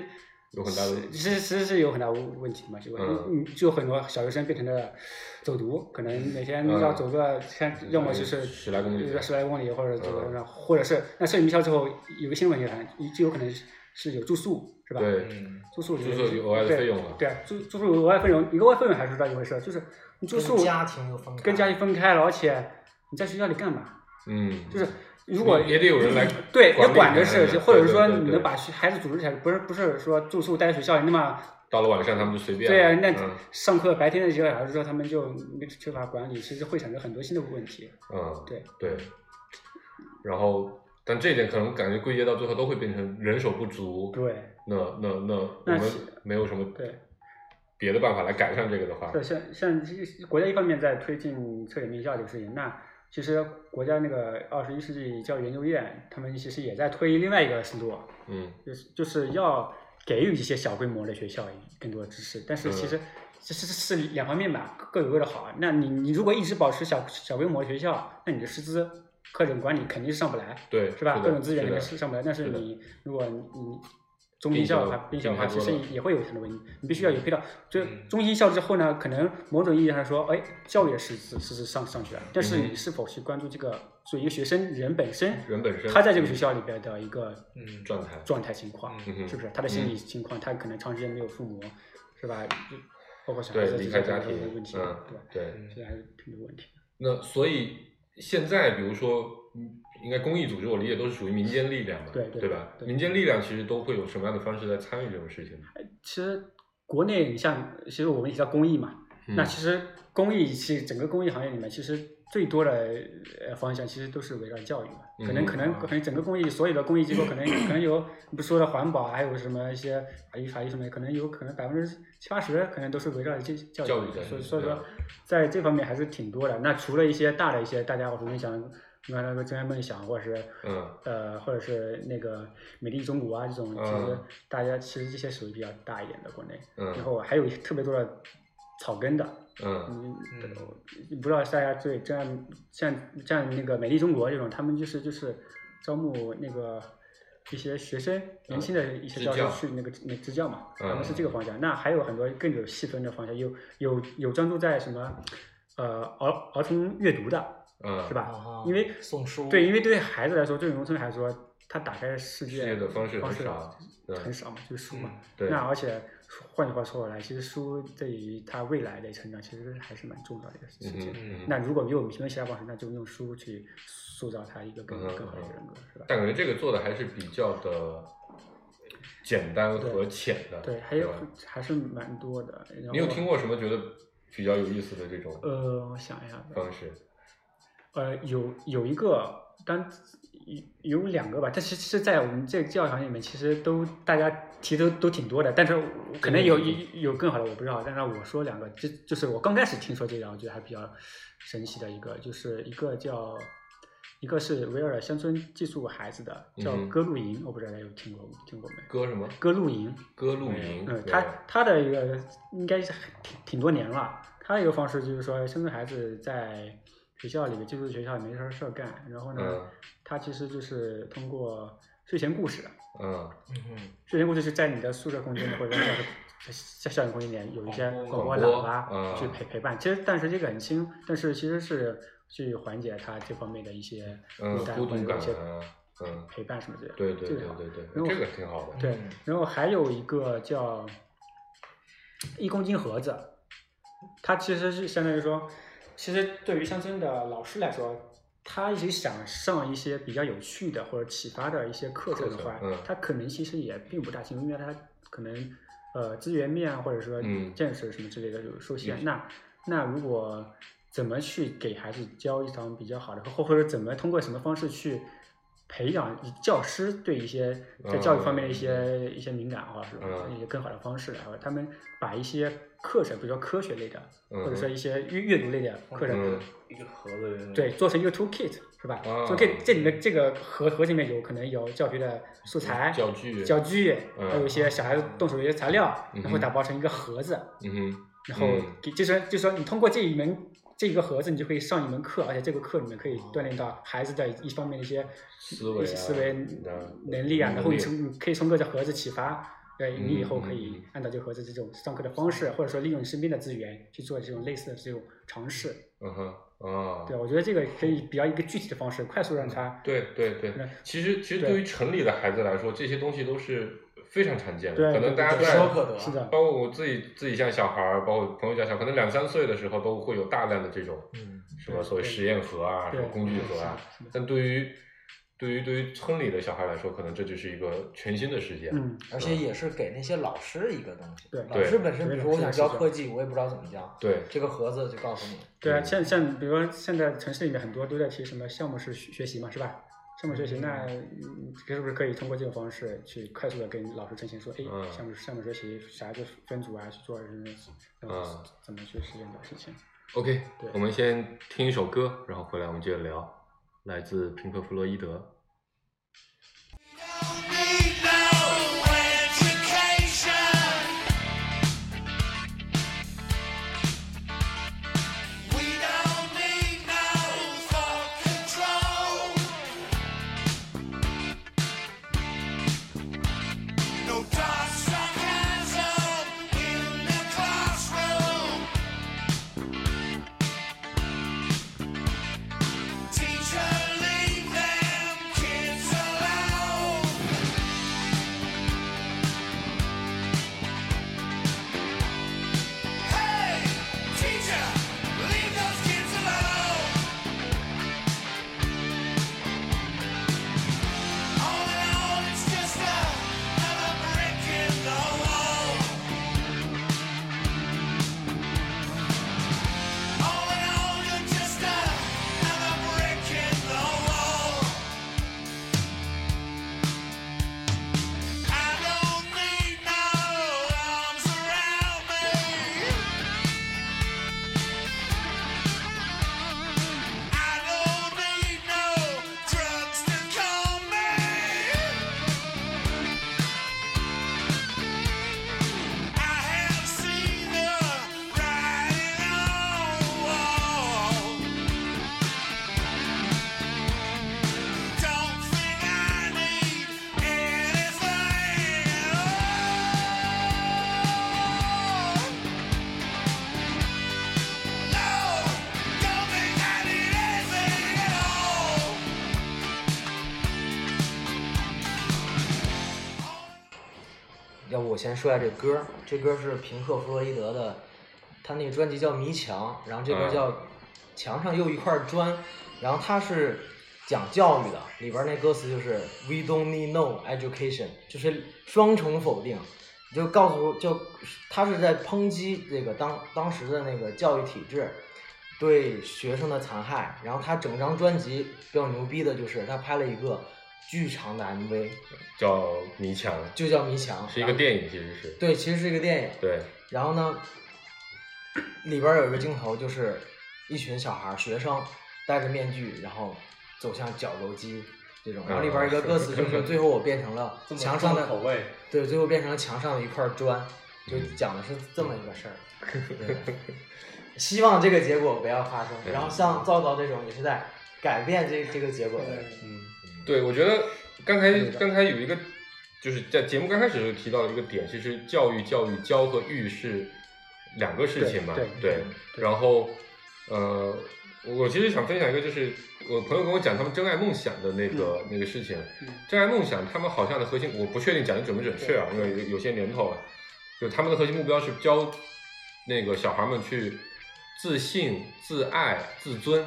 Speaker 2: 有很大的
Speaker 4: 其实其实是有很大问问题嘛，就
Speaker 2: 嗯
Speaker 4: 嗯，就很多小学生变成了走读，可能每天
Speaker 2: 嗯
Speaker 4: 要走个像要么就是
Speaker 2: 十来公里
Speaker 4: 对十来公里或者走
Speaker 2: 嗯
Speaker 4: 个，或者是那摄影名校之后有个新闻也谈，就有可能是是有住宿是吧？，
Speaker 2: 对，
Speaker 5: 嗯，
Speaker 4: 住宿
Speaker 2: 住宿有额外的费用了
Speaker 4: 对对，住住宿有额外费用，一个外费用还是一回事，就是你住宿
Speaker 6: 跟家庭又分开，
Speaker 4: 跟家庭分开了，而且你在学校里干嘛？
Speaker 2: 嗯，
Speaker 4: 就是如果
Speaker 2: 也得有人来
Speaker 4: 对，
Speaker 2: 管
Speaker 4: 要
Speaker 2: 理
Speaker 4: 管着
Speaker 2: 你们
Speaker 4: 是，
Speaker 2: 对
Speaker 4: 或者
Speaker 2: 对
Speaker 4: 说
Speaker 2: 对
Speaker 4: 你
Speaker 2: 对
Speaker 4: 能把学孩子组织起来，不是不是说住宿待在学校里那么。
Speaker 2: 到了晚上他们就随便
Speaker 4: 对啊，
Speaker 2: 了。
Speaker 4: 那
Speaker 2: 嗯
Speaker 4: 上课白天的几个小时之后，他们就没缺乏管理，其实会产生很多新的问题。
Speaker 2: 嗯，
Speaker 4: 对
Speaker 2: 对。然后，但这一点可能感觉归结到最后都会变成人手不足。
Speaker 4: 对
Speaker 2: 那那那我
Speaker 4: 那
Speaker 2: 们
Speaker 4: 是
Speaker 2: 没有什么
Speaker 4: 对，
Speaker 2: 别的办法来改善这个的话，
Speaker 4: 对，像像这个国家一方面在推进测点名校这个事情，那其实国家那个二十一世纪教育研究院，他们其实也在推另外一个思路，
Speaker 2: 嗯
Speaker 4: 就是就是要给予一些小规模的学校更多的支持，但是其实这是是是两方面吧，各有各的好。那你你如果一直保持小小规模的学校，那你的师资、课程管理肯定是上不来。
Speaker 2: 对，
Speaker 4: 是吧？
Speaker 2: 的
Speaker 4: 各种资源里面
Speaker 2: 是
Speaker 4: 是
Speaker 2: 的
Speaker 4: 上不来，但是
Speaker 2: 是的
Speaker 4: 你如果你中心校的话，
Speaker 2: 并
Speaker 4: 并
Speaker 2: 校
Speaker 4: 校的话，
Speaker 2: 并
Speaker 4: 其
Speaker 2: 校
Speaker 4: 实
Speaker 2: 多了
Speaker 4: 也会有很多问题。你必须要有配套。就
Speaker 5: 嗯
Speaker 4: 中心校之后呢，可能某种意义上说，哎，教育的实质实质上上去了，但是
Speaker 2: 嗯
Speaker 4: 你是否去关注这个作为一个学生人本身，
Speaker 2: 人本身嗯
Speaker 4: 他在这个学校里边的一个
Speaker 5: 嗯
Speaker 2: 状态，
Speaker 4: 状态情况，
Speaker 2: 嗯哼
Speaker 4: 是不是？他的心理情况，他可能长时间没有父母，是吧？就包括小孩
Speaker 2: 对
Speaker 4: 子
Speaker 2: 离
Speaker 4: 之
Speaker 2: 开
Speaker 4: 间
Speaker 2: 家
Speaker 4: 的
Speaker 2: 庭，
Speaker 4: 问题，
Speaker 2: 嗯
Speaker 4: 对吧？
Speaker 2: 对，
Speaker 5: 嗯
Speaker 4: 其实还是挺多问题的。
Speaker 2: 那所以现在，比如说，嗯应该公益组织，我理解都是属于民间力量吧，
Speaker 4: 对
Speaker 2: 对
Speaker 4: 对
Speaker 2: 吧？
Speaker 4: 对
Speaker 2: 民间力量其实都会有什么样的方式在参与这种事情？
Speaker 4: 其实国内你像，其实我们也提到公益嘛，
Speaker 2: 嗯
Speaker 4: 那其实公益是整个公益行业里面，其实最多的呃方向其实都是围绕教育嘛。可能
Speaker 2: 嗯
Speaker 4: 可能可能整个公益所有的公益机构，可能可能有你不说的环保啊，还有什么一些法律法律什么的，可能有可能百分之七八十可能都是围绕这教育。
Speaker 2: 教育的嗯
Speaker 4: 所以所以
Speaker 2: 对
Speaker 4: 说，在这方面还是挺多的。那除了一些大的一些大家伙儿梦想，你看那个《真爱梦想》或者是
Speaker 2: 嗯
Speaker 4: 呃，或者是那个《美丽中国》啊这种，其实
Speaker 2: 嗯
Speaker 4: 大家其实这些属于比较大一点的国内。然
Speaker 2: 嗯
Speaker 4: 后还有特别多的草根的，
Speaker 2: 嗯
Speaker 4: 嗯，不知道大家对这样像像那个美丽中国这种，他们就是就是招募那个一些学生年轻的一
Speaker 2: 嗯
Speaker 4: 些
Speaker 2: 支
Speaker 4: 教
Speaker 2: 教
Speaker 4: 师去那个那支教嘛，他
Speaker 2: 嗯
Speaker 4: 们是这个方向。那还有很多更有细分的方向，有有有专注在什么呃儿儿童阅读的，
Speaker 2: 嗯，
Speaker 4: 是
Speaker 2: 吧？
Speaker 4: 吧？
Speaker 6: 啊，
Speaker 4: 因为
Speaker 6: 送书，
Speaker 4: 对，因为对孩子来说，对农村来说。他打开世界
Speaker 2: 世界的方式
Speaker 4: 式
Speaker 2: 很少对嗯
Speaker 4: 很少嘛，就是书嘛。
Speaker 2: 对，
Speaker 4: 那而且换句话说回来，其实书对于他未来的成长其实还是蛮重要的一个事
Speaker 2: 嗯
Speaker 4: 情。
Speaker 2: 哼嗯哼
Speaker 4: 那如果没有评论其他方式，那就用书去塑造他一个
Speaker 2: 嗯
Speaker 4: 更、
Speaker 2: 哼
Speaker 4: 更好的
Speaker 2: 嗯哼
Speaker 4: 人格，是吧？
Speaker 2: 但感觉这个做的还是比较的简单和浅的，
Speaker 4: 对，还有
Speaker 2: 吧
Speaker 4: 还是蛮多的。然后
Speaker 2: 你有听？过什么觉得比较有意思的这种
Speaker 4: 呃，我想一下，
Speaker 2: 方式？
Speaker 4: 呃，有有一个，当有有两个吧，但其实，在我们这个教育行业里面，其实都大家提的都挺多的，但是我可
Speaker 2: 嗯
Speaker 4: 能有有有更好的我不知道，但是我说两个，这就是我刚开始听说这个，我觉得还比较神奇的一个，就是一个叫一个是维尔乡村寄宿孩子的，叫
Speaker 2: 嗯哼
Speaker 4: 歌露营，我不知道大家有听过听过没？
Speaker 2: 歌什么？
Speaker 4: 歌露营，
Speaker 2: 歌露营，
Speaker 4: 嗯，
Speaker 2: 对
Speaker 4: 他他的一个应该是挺挺多年了。他的一个方式就是说，乡村孩子在学校里面寄宿学校里没事儿事儿干，然后呢，
Speaker 2: 嗯
Speaker 4: 他其实就是通过睡前故事，
Speaker 2: 嗯
Speaker 6: 嗯
Speaker 4: 睡前故事是在你的宿舍空间或者在
Speaker 2: (coughs)
Speaker 4: 在校园空间里面有一些
Speaker 2: 哦
Speaker 4: 广
Speaker 5: 广
Speaker 2: 播
Speaker 4: 播喇叭
Speaker 2: 嗯
Speaker 4: 去陪陪伴。其实但是这个很轻，但是其实是去缓解他这方面的一些
Speaker 2: 嗯
Speaker 4: 孤，单
Speaker 2: 孤
Speaker 4: 或者
Speaker 2: 独感
Speaker 4: 一些
Speaker 2: 啊，嗯，
Speaker 4: 陪伴什么之类的。
Speaker 2: 对对
Speaker 4: 这
Speaker 2: 对
Speaker 4: 个好
Speaker 2: 对对，
Speaker 4: 然后
Speaker 2: 这个挺好的，
Speaker 4: 对
Speaker 6: 嗯，
Speaker 4: 然后还有一个叫一公斤盒子，它其实是相当于说，其实对于乡村的老师来说，他一直想上一些比较有趣的或者启发的一些课程的话，
Speaker 2: 课程嗯
Speaker 4: 他可能其实也并不大行，因为他可能呃资源面或者说
Speaker 2: 嗯
Speaker 4: 见识什么之类的有受限。
Speaker 2: 嗯
Speaker 4: 那那如果怎么去给孩子教一堂比较好的，或或者怎么通过什么方式去培养教师对一些在教育方面的一些、一些敏感或者
Speaker 2: 嗯
Speaker 4: 是一些更好的方式，然后他们把一些课程，比如说科学类的，或者说一些阅阅读类的课程，
Speaker 2: 嗯
Speaker 5: 一个盒子里面
Speaker 4: 对，做成一个 toolkit 是吧、
Speaker 2: 啊
Speaker 4: t o o l k i t 这里面这个盒盒子里面有可能有教学的素材、
Speaker 2: 嗯教具，
Speaker 4: 教具，
Speaker 2: 嗯
Speaker 4: 还有一些小孩子动手的一些材料，
Speaker 2: 嗯哼
Speaker 4: 然后打包成一个盒子，
Speaker 2: 嗯哼，
Speaker 4: 然后
Speaker 2: 嗯
Speaker 4: 给就说就说你通过这一门这一个盒子，你就可以上一门课，而且这个课里面可以锻炼到孩子的一方面的一些
Speaker 2: 思维啊
Speaker 4: 一些思维
Speaker 2: 嗯
Speaker 4: 能力啊，
Speaker 2: 能力
Speaker 4: 然后你从你可以通过这盒子启发。对
Speaker 2: 嗯
Speaker 4: 你以后可
Speaker 2: 嗯嗯
Speaker 4: 以按照这个盒子这种上课的方式，或者说利用身边的资源去做这种类似的这种尝试。
Speaker 2: 嗯哼，啊，
Speaker 4: 对，我觉得这个可以比较一个具体的方式，快速让他
Speaker 2: 对对对
Speaker 4: 对，
Speaker 2: 其实其实
Speaker 4: 对
Speaker 2: 对于城里的孩子来说，这些东西都是非常常见的，
Speaker 4: 对
Speaker 2: 可能
Speaker 4: 对
Speaker 2: 大家
Speaker 4: 对
Speaker 2: 在
Speaker 6: 炙手可得。
Speaker 4: 是，的，
Speaker 2: 嗯包括我自己自己像小孩儿，包括朋友家小孩儿，可能两三岁的时候都会有大量的这种
Speaker 6: 嗯，
Speaker 2: 什么所谓
Speaker 4: 对
Speaker 2: 实验盒啊，什
Speaker 4: 对
Speaker 2: 么工具盒啊。
Speaker 4: 是的是的
Speaker 2: 但对于对于对于村里的小孩来说，可能这就是一个全新的世界。
Speaker 4: 嗯，
Speaker 6: 而且也是给那些老师一个东西。
Speaker 4: 对
Speaker 6: 老师本身，
Speaker 4: 对
Speaker 6: 比如说我想教
Speaker 4: 是的
Speaker 6: 科技，我也不知道怎么教，
Speaker 2: 对，
Speaker 6: 这个盒子就告诉你。
Speaker 4: 对啊，
Speaker 2: 嗯
Speaker 4: 像像比如说现在城市里面很多都在提什么项目式学学习嘛，是吧？项目学习，那嗯是不是可以通过这种方式去快速的跟老师呈现说，哎
Speaker 2: 嗯，
Speaker 4: 项目项目学习啥就分组啊去做，嗯，
Speaker 2: 嗯
Speaker 4: 怎么去实验的事情？
Speaker 2: OK，
Speaker 4: 对
Speaker 2: 我们先听一首歌，然后回来我们接着聊，来自平克·弗洛伊德。
Speaker 7: Teacher, leave them kids alone. Hey, teacher, leave those kids alone. All in all, it's just another brick in the wall. All in all, you're just another brick in the wall. I don't need no arms around me. I don't need no drugs to calm me. I have seen the writing on the wall. Don't think I need anything at all. No, don't think I need anything at all.
Speaker 6: 要不我先说一下这歌儿，这歌儿是平克·弗洛伊德的，他那个专辑叫《迷墙》，然后这歌儿
Speaker 2: 嗯
Speaker 6: 叫《墙上又一块砖》，然后他是讲教育的，里边儿那歌词就是 “We don't need no education”，就是双重否定，就告诉就他是在抨击这个当当时的那个教育体制对学生的残害，然后他整张专辑比较牛逼的就是他拍了一个巨长的 MV，
Speaker 2: 叫《迷墙》，
Speaker 6: 就叫《迷墙》，
Speaker 2: 是一个电影，其实是
Speaker 6: 对，其实是一个电影。
Speaker 2: 对，
Speaker 6: 然后呢，里边有一个镜头，就是一群小孩儿学生戴着面具，然后走向绞肉机这种。然后里边一个歌词就是：“
Speaker 5: (laughs)
Speaker 6: 最后我变成了
Speaker 5: 啊这么
Speaker 6: 墙上
Speaker 5: 重口
Speaker 6: 的，
Speaker 5: 味，嗯
Speaker 6: 对，最后变成了墙上的一块砖。”就讲的是这么一个事
Speaker 5: (laughs)
Speaker 6: 儿。对希望这个结果不要发生。然后像糟糕这种也是在改变这这个结果的。
Speaker 5: 嗯，
Speaker 2: 对，我觉得刚才
Speaker 4: 对的
Speaker 2: 刚才有一个，就是在节目刚开始就提到了一个点，其实教育、教育、教和育是两个事情嘛，
Speaker 4: 对
Speaker 2: 对
Speaker 4: 对对
Speaker 2: 然后，呃，我其实想分享一个，就是我朋友跟我讲他们真爱梦想的那个、
Speaker 4: 嗯
Speaker 2: 那个事情，真爱梦想他们好像的核心，我不确定讲的准不准确啊，因为有有些年头了，就他们的核心目标是教那个小孩们去自信、自爱、自尊，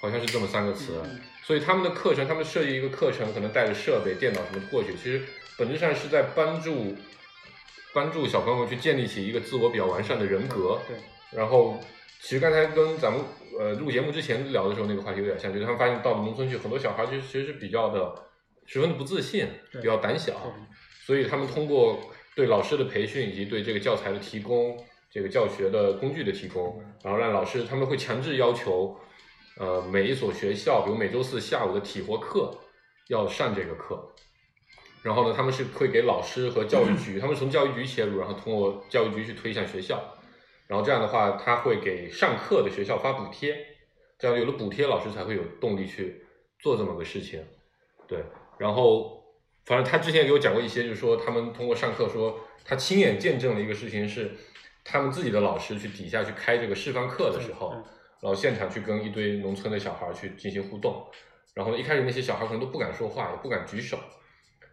Speaker 2: 好像是这么三个词。啊所以他们的课程，他们设计一个课程，可能带着设备、电脑什么过去，其实本质上是在帮助帮助小朋友去建立起一个自我比较完善的人格。
Speaker 4: 对，
Speaker 2: 然后，其实刚才跟咱们呃录节目之前聊的时候，那个话题有点像，就是他们发现到了农村去，很多小孩其实其实是比较的十分的不自信，
Speaker 4: 对
Speaker 2: 比较胆小，所以他们通过对老师的培训以及对这个教材的提供，这个教学的工具的提供，
Speaker 4: 嗯
Speaker 2: 然后让老师他们会强制要求，呃，每一所学校，比如每周四下午的体活课要上这个课。然后呢，他们是会给老师和教育局，他们从教育局切入，然后通过教育局去推向学校，然后这样的话，他会给上课的学校发补贴，这样有了补贴，老师才会有动力去做这么个事情。对，然后反正他之前给我讲过一些，就是说他们通过上课说，他亲眼见证了一个事情是，他们自己的老师去底下去开这个示范课的时候
Speaker 4: 嗯嗯，
Speaker 2: 然后现场去跟一堆农村的小孩去进行互动，然后一开始那些小孩可能都不敢说话，也不敢举手，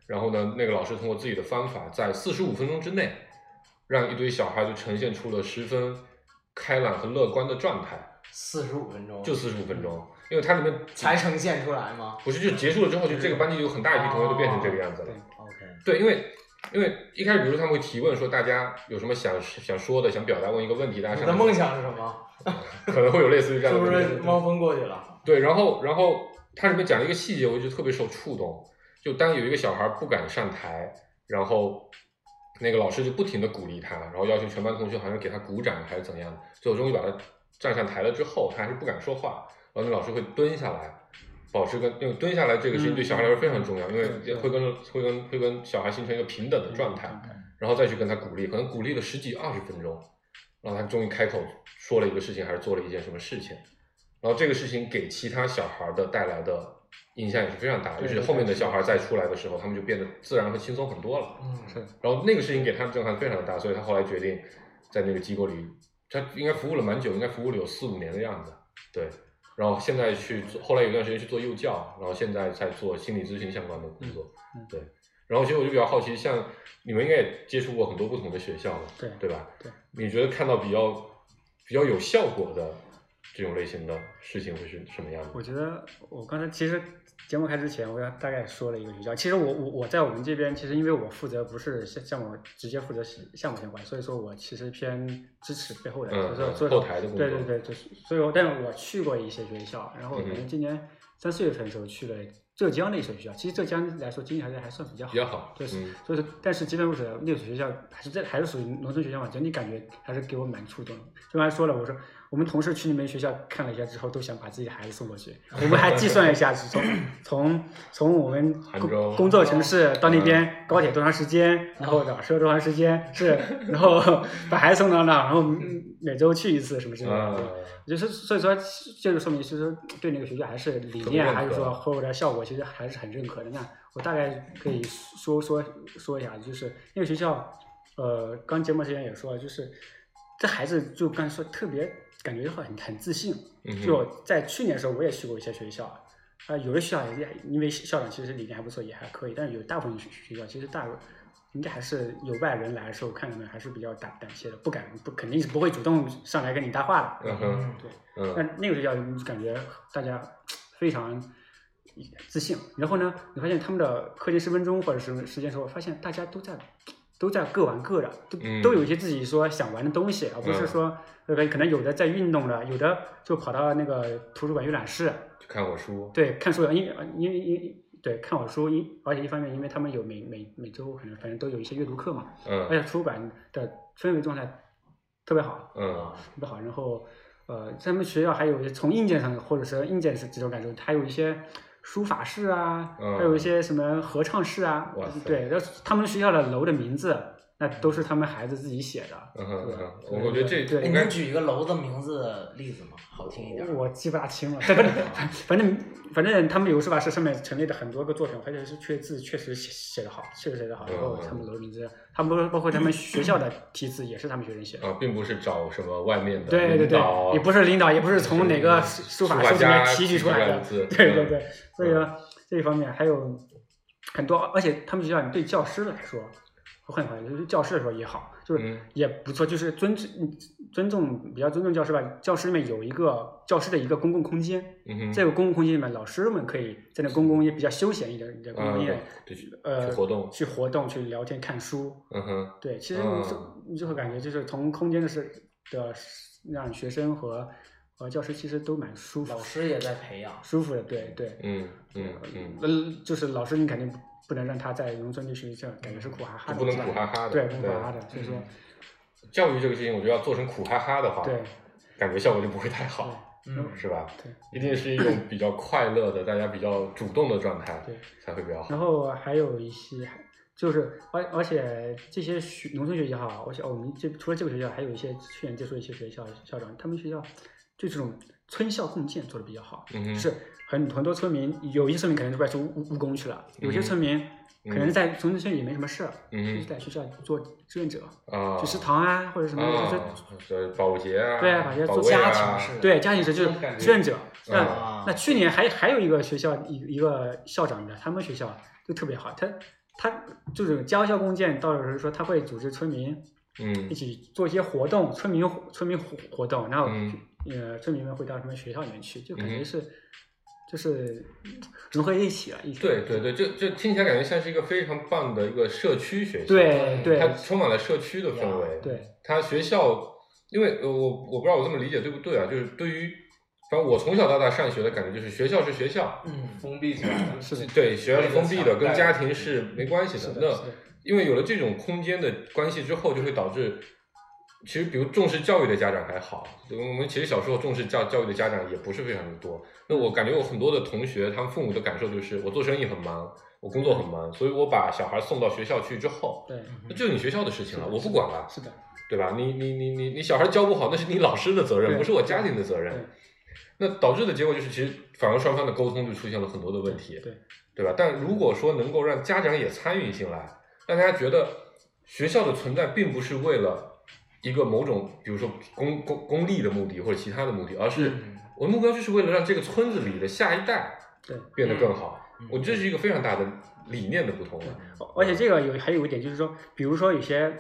Speaker 2: 然后呢，那个老师通过自己的方法，在四十五分钟之内，让一堆小孩就呈现出了十分开朗和乐观的状态，
Speaker 6: 四十五分钟
Speaker 2: 就四十五分钟，因为它里面
Speaker 6: 才呈现出来吗
Speaker 2: 不是就结束了之后，就这个班级有很大一批同学都变成这个样子了。
Speaker 6: ？OK，
Speaker 2: 对，因为因为一开始，比如他们会提问说大家有什么想想说的、想表达，问一个问题，大家
Speaker 6: 你
Speaker 2: 想
Speaker 6: 的梦想是什么？
Speaker 2: 可能会有类似于这样
Speaker 6: 是
Speaker 2: 的
Speaker 6: 不
Speaker 2: 问题。
Speaker 6: 是猫风过去了？
Speaker 2: 对，然后然后它里面讲了一个细节，我就特别受触动。就当有一个小孩不敢上台，然后那个老师就不停的鼓励他，然后要求全班同学好像给他鼓掌还是怎样，最后终于把他站上台了之后，他还是不敢说话，然后那老师会蹲下来。保持跟因为蹲下来这个事情对小孩来说非常重要，因为
Speaker 4: 嗯对对
Speaker 2: 会跟会跟会跟小孩形成一个平等的状态，然后再去跟他鼓励，可能鼓励了十几二十分钟，然后他终于开口说了一个事情，还是做了一件什么事情，然后这个事情给其他小孩的带来的影响也是非常大，尤
Speaker 4: 对
Speaker 2: 其是后面的小孩再出来的时候，他们就变得自然和轻松很多了。
Speaker 6: 嗯，
Speaker 2: 然后那个事情给他的震撼非常的大，所以他后来决定在那个机构里，他应该服务了蛮久，应该服务了有四五年的样子，对。然后现在去做，后来有段时间去做幼教，然后现在在做心理咨询相关的工作，
Speaker 4: 嗯嗯
Speaker 2: 对。然后其实我就比较好奇，像你们应该也接触过很多不同的学校嘛，
Speaker 4: 对
Speaker 2: 对吧？
Speaker 4: 对。
Speaker 2: 你觉得看到比较比较有效果的这种类型的事情会是什么样
Speaker 4: 我
Speaker 2: 的？
Speaker 4: 觉得我刚才其实节目开之前，我也大概说了一个学校。其实我我我在我们这边，其实因为我负责不是项项目直接负责是项目相关，所以说我其实偏支持背后的，
Speaker 2: 嗯
Speaker 4: 所以
Speaker 2: 嗯
Speaker 4: 说所以说
Speaker 2: 后台的工
Speaker 4: 对
Speaker 2: 作
Speaker 4: 对对，就是所以我，但是我去过一些学校，然后我可
Speaker 2: 嗯
Speaker 4: 能今年三四月份的时候去了浙江的一所学校。其实浙江来说经济条件还算比较好，
Speaker 2: 比较好，
Speaker 4: 对，
Speaker 2: 嗯，
Speaker 4: 所以说，但是即便如此，那所学校还是在还是属于农村学校嘛，整体感觉还是给我蛮触动的。就刚才说了，我说我们同事去那边学校看了一下之后，都想把自己的孩子送过去。我们还计算了一下，是从从从我们
Speaker 2: 杭州哦嗯
Speaker 4: 工工作城市到那边高铁多长时间，然后打车多长时间，是，然后 (laughs) 把孩子送到那儿，然后嗯每周去一次什么之类的。对
Speaker 2: 啊，
Speaker 4: 就是所以说，这就说明就是说对那个学校还是理
Speaker 2: 特别
Speaker 4: 念
Speaker 2: 认
Speaker 4: 还是
Speaker 2: 可
Speaker 4: 说后来效果其实还是很认可的。那我大概可以说说说一下，就是那个学校，呃，刚节目之前也说了，就是这孩子就刚才说特别感觉很很自信。
Speaker 2: 嗯哼
Speaker 4: 就在去年的时候，我也去过一些学校，啊、有的学校也因为校长其实理念还不错，也还可以，但是有大部分学学校其实大。应该还是有外人来的时候，看他们还是比较胆胆怯的，不敢不肯定是不会主动上来跟你搭话的。
Speaker 2: 嗯哼，
Speaker 4: 对，
Speaker 2: 嗯，
Speaker 4: 但那个学校你就感觉大家非常自信，然后呢，你发现他们的课间十分钟或者是时间时候，发现大家都在都在各玩各的，都、
Speaker 2: 嗯
Speaker 4: 都有一些自己说想玩的东西，而不是说呃可能有的在运动了，有的就跑到那个图书馆阅览室，
Speaker 2: 去看我书，
Speaker 4: 对，看书，因为因为因为对看我书，因而且一方面因为他们有每每每周可能反正都有一些阅读课嘛，
Speaker 2: 嗯
Speaker 4: 而且图书馆的氛围状态特别好，
Speaker 2: 嗯
Speaker 4: 特别好。然后，呃，他们学校还有一些从硬件上，或者是硬件是这种感受，还有一些书法室啊，
Speaker 2: 嗯
Speaker 4: 还有一些什么合唱室啊
Speaker 2: 哇塞，
Speaker 4: 对，然后他们学校的楼的名字，那都是他们孩子自己写的。
Speaker 2: 嗯哼，嗯哼
Speaker 4: 对
Speaker 2: 我我觉得这
Speaker 4: 对
Speaker 6: 哎
Speaker 2: 应
Speaker 6: 你
Speaker 2: 该
Speaker 6: 能举一个楼的名字的例子吗？好听一点。
Speaker 2: 嗯
Speaker 4: 我记不大清了， (laughs) 反正反正反正他们有书法室上面陈列的很多个作品，我发现是确字确实写写的好，确实写的好。然后
Speaker 2: 嗯
Speaker 4: 他们楼的名字，他们包括他们学校的题字也是他们学生写的。
Speaker 2: 啊，并不是找什么外面的
Speaker 4: 对对
Speaker 2: 领
Speaker 4: 对
Speaker 2: 导，啊
Speaker 4: 也不是领导，也不是从哪个
Speaker 2: 是书
Speaker 4: 书法
Speaker 2: 法
Speaker 4: 书里面
Speaker 2: 家
Speaker 4: 提取
Speaker 2: 提
Speaker 4: 出
Speaker 2: 出
Speaker 4: 来
Speaker 2: 来
Speaker 4: 的
Speaker 2: 的字，
Speaker 4: 对对
Speaker 2: 嗯
Speaker 4: 对，所以说这一方面还有很多，而且他们学校对教师来说，换一换，就是教师的时候也好，就是
Speaker 2: 嗯
Speaker 4: 也不错，就是尊尊尊重比较尊重教师吧。教师里面有一个教师的一个公共空间，
Speaker 2: 嗯哼，
Speaker 4: 这个公共空间里面，老师们可以在那公共也比较休闲一点的公共
Speaker 2: 嗯
Speaker 4: 空间，
Speaker 2: 对，去
Speaker 4: 呃，
Speaker 2: 活动，
Speaker 4: 去活动、去聊天、看书，
Speaker 2: 嗯哼，
Speaker 4: 对，其实你就、
Speaker 2: 嗯
Speaker 4: 你就会感觉，就是从空间的是的，让学生和和教师其实都蛮舒服
Speaker 6: 老，师也在培养，
Speaker 4: 舒服的，对对。
Speaker 2: 嗯嗯嗯，
Speaker 4: 嗯，就是老师你肯定不不能让他在农村地区这样感觉是苦哈哈
Speaker 2: 就不
Speaker 4: 的，
Speaker 2: 能苦哈哈的，嗯
Speaker 4: 对，不能苦哈哈的，所以说
Speaker 2: 教育这个事情，我觉得要做成苦哈哈的话，
Speaker 4: 对，
Speaker 2: 感觉效果就不会太好，
Speaker 5: 嗯，
Speaker 2: 是吧？
Speaker 4: 对，
Speaker 2: 一定是一种比较快乐的，大家比较主动的状态，
Speaker 4: 对，
Speaker 2: 才会比较好
Speaker 4: 然。后还有一些就是而而且这些学农村学校哈，而且我们这除了这个学校，还有一些去年接触一些学校校长，他们学校对这种村校共建做的比较好，
Speaker 2: 嗯哼
Speaker 4: 就是很很多村民，有一些村民可能就外出务务工去了，有些
Speaker 2: 嗯
Speaker 4: 村民可能
Speaker 2: 嗯
Speaker 4: 在农村也没什么事儿，就
Speaker 2: 嗯
Speaker 4: 是在学校做志愿者，
Speaker 2: 哼啊，
Speaker 4: 去食堂啊或者什么的，就是
Speaker 2: 啊，就是保洁啊，
Speaker 4: 对啊保洁做
Speaker 2: 卫啊
Speaker 6: 家庭式
Speaker 4: 对，家庭式就
Speaker 5: 这
Speaker 4: 是
Speaker 5: 种感觉
Speaker 4: 志愿者。那、
Speaker 6: 啊
Speaker 4: 那去年还还有一个学校一一个校长的，他们学校就特别好，他他就是家校共建，到时候说他会组织村民
Speaker 2: 嗯
Speaker 4: 一起做一些活动，村民活村民活活动，然后、
Speaker 2: 嗯
Speaker 4: 呃村民们会到他们学校里面去，就感
Speaker 2: 嗯哼
Speaker 4: 觉是、就是融合一起了，一起
Speaker 2: 对对对，这这听起来感觉像是一个非常棒的一个社区学校，
Speaker 4: 对
Speaker 6: 对
Speaker 2: 它充满了社区的氛围。
Speaker 4: 对，
Speaker 2: 它学校，因为呃我我不知道我这么理解对不对啊，就是对于，反正我从小到大上学的感觉就是学校是学校，
Speaker 6: 嗯，
Speaker 5: 封闭起来了，
Speaker 4: 是的
Speaker 2: 对，学校是封闭的，
Speaker 5: 对
Speaker 2: 跟家庭是没关系
Speaker 4: 嗯是
Speaker 2: 的。
Speaker 4: 的是的
Speaker 2: 那因为有了这种空间的关系之后，就会导致。其实，比如重视教育的家长还好，我们其实小时候重视教教育的家长也不是非常的多。那我感觉我很多的同学，他们父母的感受就是，我做生意很忙，我工作很忙，所以我把小孩送到学校去之后，
Speaker 4: 对
Speaker 2: 那就是你学校的事情了，我不管了，
Speaker 4: 是的，
Speaker 2: 对吧？你你你你你小孩教不好，那是你老师的责任，
Speaker 4: 对
Speaker 2: 不是我家庭的责
Speaker 4: 对
Speaker 2: 任。那导致的结果就是，其实反而双方的沟通就出现了很多的问题，
Speaker 4: 对
Speaker 2: 对吧？但如果说能够让家长也参与进来，让大家觉得学校的存在并不是为了一个某种，比如说功功功利的目的或者其他的目的，而是我的目标就是为了让这个村子里的下一代
Speaker 4: 嗯对。
Speaker 2: 变得更好
Speaker 6: 嗯。
Speaker 2: 我这是一个非常大的理念的不同了。
Speaker 4: 而且这个有还有一点就是说，比如说有些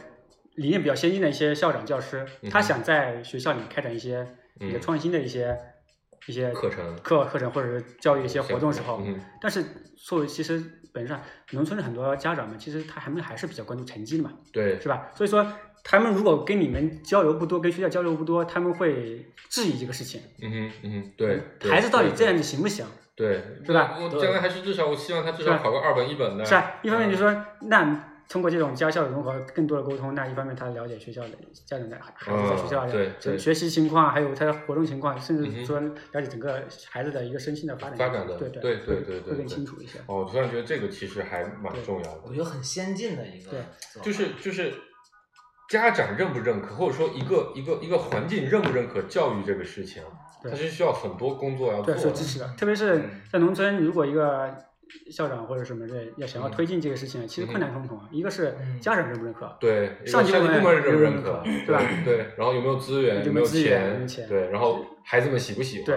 Speaker 4: 理念比较先进的一些校长教师，
Speaker 2: 嗯
Speaker 4: 他想在学校里开展一些比较
Speaker 2: 嗯
Speaker 4: 创新的一些、一些
Speaker 2: 课程
Speaker 4: 课课程或者是教育一些活动时候，
Speaker 2: 嗯
Speaker 4: 但是作为其实本质上农村的很多家长们，其实他还们还是比较关注成绩的嘛，
Speaker 2: 对，
Speaker 4: 是吧？所以说他们如果跟你们交流不多，跟学校交流不多，他们会质疑这个事情，
Speaker 2: 嗯哼，嗯哼，对，对
Speaker 4: 孩子到底
Speaker 2: 对
Speaker 4: 这样子行不行？
Speaker 2: 对，
Speaker 4: 是吧
Speaker 2: 我将来还是至少，我希望他至少
Speaker 4: 是吧
Speaker 2: 考个二本一本的。
Speaker 4: 是啊，一方面
Speaker 2: 嗯
Speaker 4: 就说，那通过这种家校融合，更多的沟通，那一方面他了解学校的家长的孩子在学校
Speaker 2: 嗯对
Speaker 4: 的
Speaker 2: 对
Speaker 4: 学学习情况，还有他的活动情况，甚
Speaker 2: 嗯哼
Speaker 4: 至说了解整个孩子的一个身心的发展
Speaker 2: 嗯发展的
Speaker 4: 对
Speaker 2: 对对对
Speaker 4: 对
Speaker 2: 对
Speaker 4: 会更
Speaker 2: 对
Speaker 4: 清楚一些。
Speaker 2: 哦，我突然觉得这个其实还蛮重要
Speaker 6: 我
Speaker 2: 的，
Speaker 6: 觉得很先进的一个做
Speaker 4: 对
Speaker 6: 法，
Speaker 2: 就是就是家长认不认可，或者说一个一个一个环境认不认可教育这个事情，它
Speaker 4: 对
Speaker 2: 是需要很多工作要做
Speaker 4: 对，
Speaker 2: 的。
Speaker 4: 是支持的，特别
Speaker 2: 嗯
Speaker 4: 是在农村，如果一个校长或者什么的要想要
Speaker 2: 嗯
Speaker 4: 推进这个事情，其实困难重重啊。一个是
Speaker 6: 嗯
Speaker 4: 家长认不认可，
Speaker 2: 对，一个
Speaker 4: 上级
Speaker 2: 上
Speaker 4: 部
Speaker 2: 级
Speaker 4: 门
Speaker 2: 部门认不认
Speaker 4: 认不
Speaker 2: 可，
Speaker 4: 认可
Speaker 2: 对
Speaker 4: 对吧
Speaker 2: 对，然后有没有资源，
Speaker 4: 有
Speaker 2: 没
Speaker 4: 没
Speaker 2: 有
Speaker 4: 有资源有没有钱
Speaker 2: 对，然后孩子们喜不喜欢，
Speaker 4: 对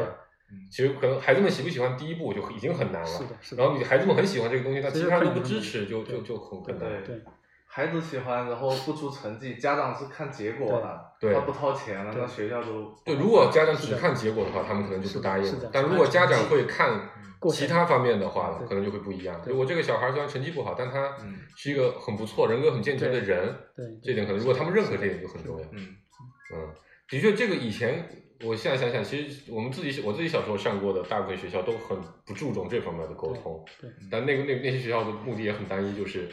Speaker 5: 嗯
Speaker 2: 其实可能孩子们喜不喜欢第一步就已经很难了，
Speaker 4: 是的是的
Speaker 2: 然后你孩子们很喜欢这个东西，但
Speaker 4: 其
Speaker 2: 其
Speaker 4: 实
Speaker 2: 他人
Speaker 4: 困
Speaker 2: 都
Speaker 4: 难
Speaker 2: 不支
Speaker 4: 重重
Speaker 2: 持，就就
Speaker 4: 对
Speaker 2: 就很很难
Speaker 5: 对。
Speaker 4: 对
Speaker 5: 孩子喜欢，然后不出成绩，家长是看结果的，
Speaker 2: 对对
Speaker 5: 他不掏钱了，
Speaker 4: 对
Speaker 5: 那学校就
Speaker 2: 对，如果家长只
Speaker 4: 是的
Speaker 2: 看结果的话，他们可能就不答应
Speaker 4: 是的
Speaker 2: 了
Speaker 4: 是的。
Speaker 2: 但如果家长会看
Speaker 4: 过程
Speaker 2: 其他方面的话，
Speaker 4: 对
Speaker 2: 可能就会不一样。
Speaker 4: 对
Speaker 2: 如果这个小孩虽然成绩不好，但他
Speaker 5: 嗯
Speaker 2: 是一个很不错、人格很健全的
Speaker 4: 对
Speaker 2: 人，
Speaker 4: 对
Speaker 2: 这
Speaker 4: 对
Speaker 2: 点可能如果他们认可这点就很重要。
Speaker 5: 嗯
Speaker 2: 嗯，的确，这个以前我现在想想，其实我们自己我自己小时候上过的大部分学校都很不注重这方面的沟通，
Speaker 4: 对对
Speaker 2: 但那个那个那些学校的目的也很单一，就是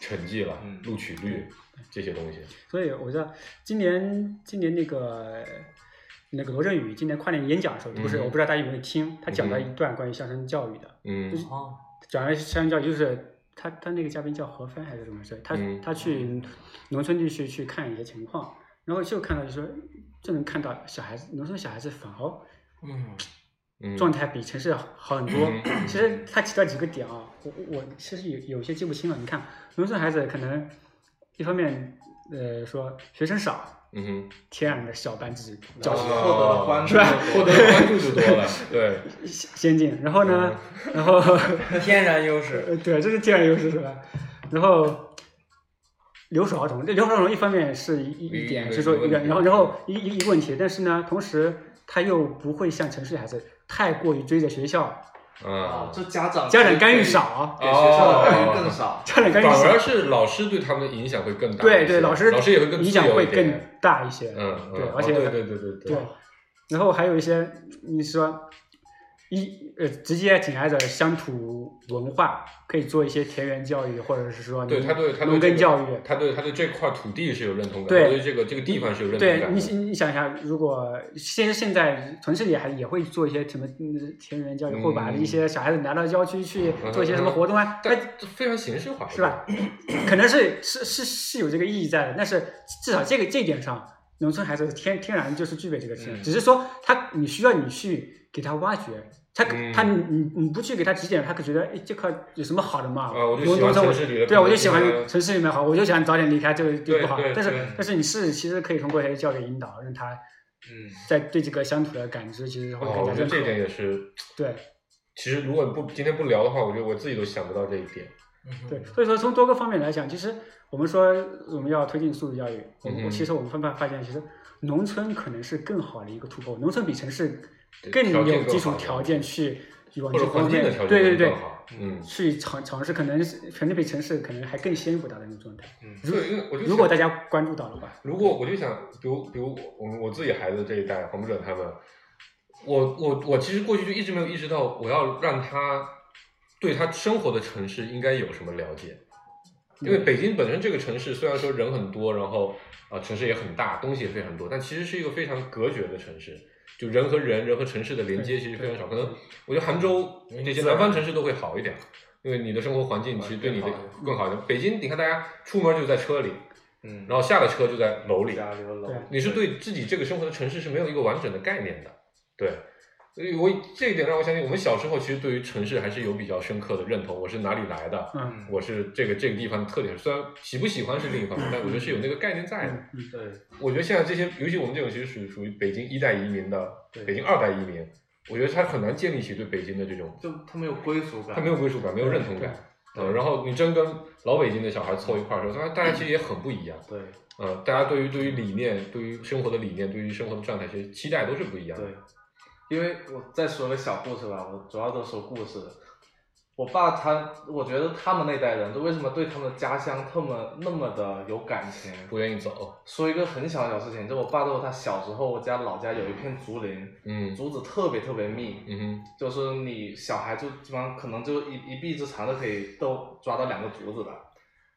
Speaker 2: 成绩了、
Speaker 5: 嗯
Speaker 2: 录取率这些东西。
Speaker 4: 所以我知道今年今年那个那个罗振宇今年跨年演讲的时候，不是
Speaker 2: 嗯
Speaker 4: 我不知道大家有没有听，他讲了
Speaker 2: 嗯
Speaker 4: 一段关于乡村教育的，
Speaker 2: 嗯
Speaker 4: 就是
Speaker 6: 哦，
Speaker 4: 讲了乡村教育就是。他他那个嘉宾叫何帆还是什么事？他
Speaker 2: 嗯
Speaker 4: 他去农村地区去看一些情况，然后就看到就说，就能看到小孩子农村小孩子反而
Speaker 6: 嗯，
Speaker 2: 嗯，
Speaker 4: 状态比城市好很多
Speaker 2: 嗯嗯。
Speaker 4: (clears throat) 其实他提到几个点啊，我我我其实有有些记不清了。你看，农村孩子可能一方面，呃，说学生少，
Speaker 2: 嗯哼，
Speaker 4: 天然的小班制
Speaker 2: 嗯
Speaker 5: 然
Speaker 4: 教
Speaker 5: 后
Speaker 4: 学
Speaker 5: 获得了关注，
Speaker 2: 获得的关注就多了，
Speaker 5: (laughs)
Speaker 2: 对，
Speaker 4: 先进，然后呢，
Speaker 2: 嗯
Speaker 4: 然后
Speaker 6: 嗯天然优势，
Speaker 4: 呃对，这是天然优势是吧？然后留守儿童，这留守儿童一方面是一一一
Speaker 2: 一
Speaker 4: 点，
Speaker 2: 个
Speaker 4: 是说
Speaker 2: 一个
Speaker 4: 一个，
Speaker 2: 问题
Speaker 4: 然后然后一一一个问题，但是呢，同时他又不会像城市里孩子太过于追着学校，
Speaker 2: 啊，
Speaker 5: 哦这家长
Speaker 4: 家长干预
Speaker 5: 给，
Speaker 4: 少，
Speaker 5: 给学校的干预更
Speaker 2: 哦
Speaker 5: 少。
Speaker 4: 家长干预
Speaker 2: 反而
Speaker 4: 少，
Speaker 2: 是老师对他们的影响会更大一些。
Speaker 4: 对对，老师
Speaker 2: 老师也会更
Speaker 4: 影
Speaker 2: 自
Speaker 4: 响
Speaker 2: 由
Speaker 4: 会
Speaker 2: 一
Speaker 4: 更
Speaker 2: 点
Speaker 4: 大一些，
Speaker 2: 嗯，
Speaker 4: 对
Speaker 2: 嗯
Speaker 4: 而且
Speaker 2: 哦对对对对
Speaker 4: 对，然后还有一些你说一呃直接紧挨着乡土文化，可以做一些田园教育，或者是说
Speaker 2: 对
Speaker 4: 农
Speaker 2: 他对他对
Speaker 4: 农
Speaker 2: 这
Speaker 4: 耕
Speaker 2: 个
Speaker 4: 教育，
Speaker 2: 他对他对这块土地是有认同感，
Speaker 4: 对
Speaker 2: 他对这个这个地方是有认同
Speaker 4: 对
Speaker 2: 感
Speaker 4: 你
Speaker 2: 的。
Speaker 4: 你想想，如果现现在城市里还也会做一些什么嗯田园教育，会把
Speaker 2: 嗯
Speaker 4: 一些小孩子拿到郊区去
Speaker 2: 嗯
Speaker 4: 做一些什么活动啊，那
Speaker 2: 但这非常形式化，(coughs)
Speaker 4: 是吧？可能是是是是有这个意义在的，但是至少这个这一点上，农村孩子天天然就是具备这个天，
Speaker 2: 嗯
Speaker 4: 只是说他你需要你去给他挖掘。他
Speaker 2: 嗯
Speaker 4: 他你你你不去给他指点，他可觉得哎这块有什么好的嘛？
Speaker 2: 啊我就
Speaker 4: 农
Speaker 2: 喜欢
Speaker 4: 农村
Speaker 2: 城市里的
Speaker 4: 对啊，我就喜欢
Speaker 2: 空间
Speaker 4: 城市里面好，我就想早点离开这个地
Speaker 2: 对
Speaker 4: 不好
Speaker 2: 对。
Speaker 4: 但是
Speaker 2: 对
Speaker 4: 但是你是其实可以通过一些教育引导，让他
Speaker 5: 嗯，
Speaker 4: 在对这个乡土的感知其实会
Speaker 2: 哦，
Speaker 4: 更
Speaker 2: 我
Speaker 4: 加
Speaker 2: 觉得
Speaker 4: 深刻。
Speaker 2: 这一点也是，
Speaker 4: 对
Speaker 2: 其实如果不今天不聊的话，我觉得我自己都想不到这一点。
Speaker 4: 对，所以说从多个方面来讲，其实我们说我们要推进素质教育，我
Speaker 2: 嗯
Speaker 4: 们、
Speaker 2: 哼
Speaker 4: 其实我们发发现，其实农村可能是更好的一个突破，农村比城市
Speaker 2: 对
Speaker 4: 更
Speaker 2: 条件
Speaker 4: 有
Speaker 2: 更
Speaker 4: 基础
Speaker 2: 好一
Speaker 4: 条
Speaker 2: 点
Speaker 4: 件去往
Speaker 2: 或
Speaker 4: 这
Speaker 2: 者环
Speaker 4: 方
Speaker 2: 境
Speaker 4: 面
Speaker 2: 的条，件
Speaker 4: 对对
Speaker 2: 更
Speaker 4: 对。
Speaker 2: 好，嗯，
Speaker 4: 去尝尝试，可能是可能比城市可能还更先一步达到那种状态。
Speaker 2: 对，因为我就
Speaker 4: 如果
Speaker 2: 想
Speaker 4: 大家关注到的话，
Speaker 2: 如果我就想，比如比如我我自己孩子这一代，黄不准他们，我我我其实过去就一直没有意识到，我要让他对他生活的城市应该有什么了解，因为北京本身这个城市虽然说人很多，然后啊、城市也很大，东西也非常多，但其实是一个非常隔绝的城市，就人和人、人和城市的连接其实非常少。可能我觉得杭州这些南方城市都会好一点，因为你的生活环境其实对你的更好一点。北京你看大家出门就在车里。
Speaker 5: 嗯，
Speaker 2: 然后下了车就在楼里，
Speaker 5: 家里的楼
Speaker 4: 对，
Speaker 2: 你是对自己这个生活的城市是没有一个完整的概念的，对。所以我这一点让我相信，我们小时候其实对于城市还是有比较深刻的认同。我是哪里来的，
Speaker 4: 嗯，
Speaker 2: 我是这个这个地方的特点。虽然喜不喜欢是另一方
Speaker 5: 嗯
Speaker 2: 面，但我觉得是有那个概念在的。
Speaker 4: 嗯，
Speaker 5: 对，
Speaker 2: 我觉得现在这些，尤其我们这种其实属于属于北京一代移民的，
Speaker 5: 对
Speaker 2: 北京二代移民，我觉得他很难建立起对北京的这种，
Speaker 5: 就他们有归属感，
Speaker 2: 他没有归属感，没有认同感。
Speaker 5: 对
Speaker 2: 嗯，然后你真跟老北京的小孩凑一块儿的时候，他大家其实也很不一样。
Speaker 5: 对
Speaker 2: 呃，大家对于对于理念、对于生活的理念、对于生活的状态，其实期待都是不一样的。
Speaker 5: 对，因为我再说个小故事吧，我主要都说故事。我爸他，我觉得他们那代人，就为什么对他们的家乡他们那么的有感情？
Speaker 2: 不愿意走，
Speaker 5: 说一个很小的小事情，就我爸说他小时候，我家老家有一片竹林，
Speaker 2: 嗯
Speaker 5: 竹子特别特别密，
Speaker 2: 嗯
Speaker 5: 就是你小孩就基本上可能就一一臂之长就可以都抓到两个竹子的。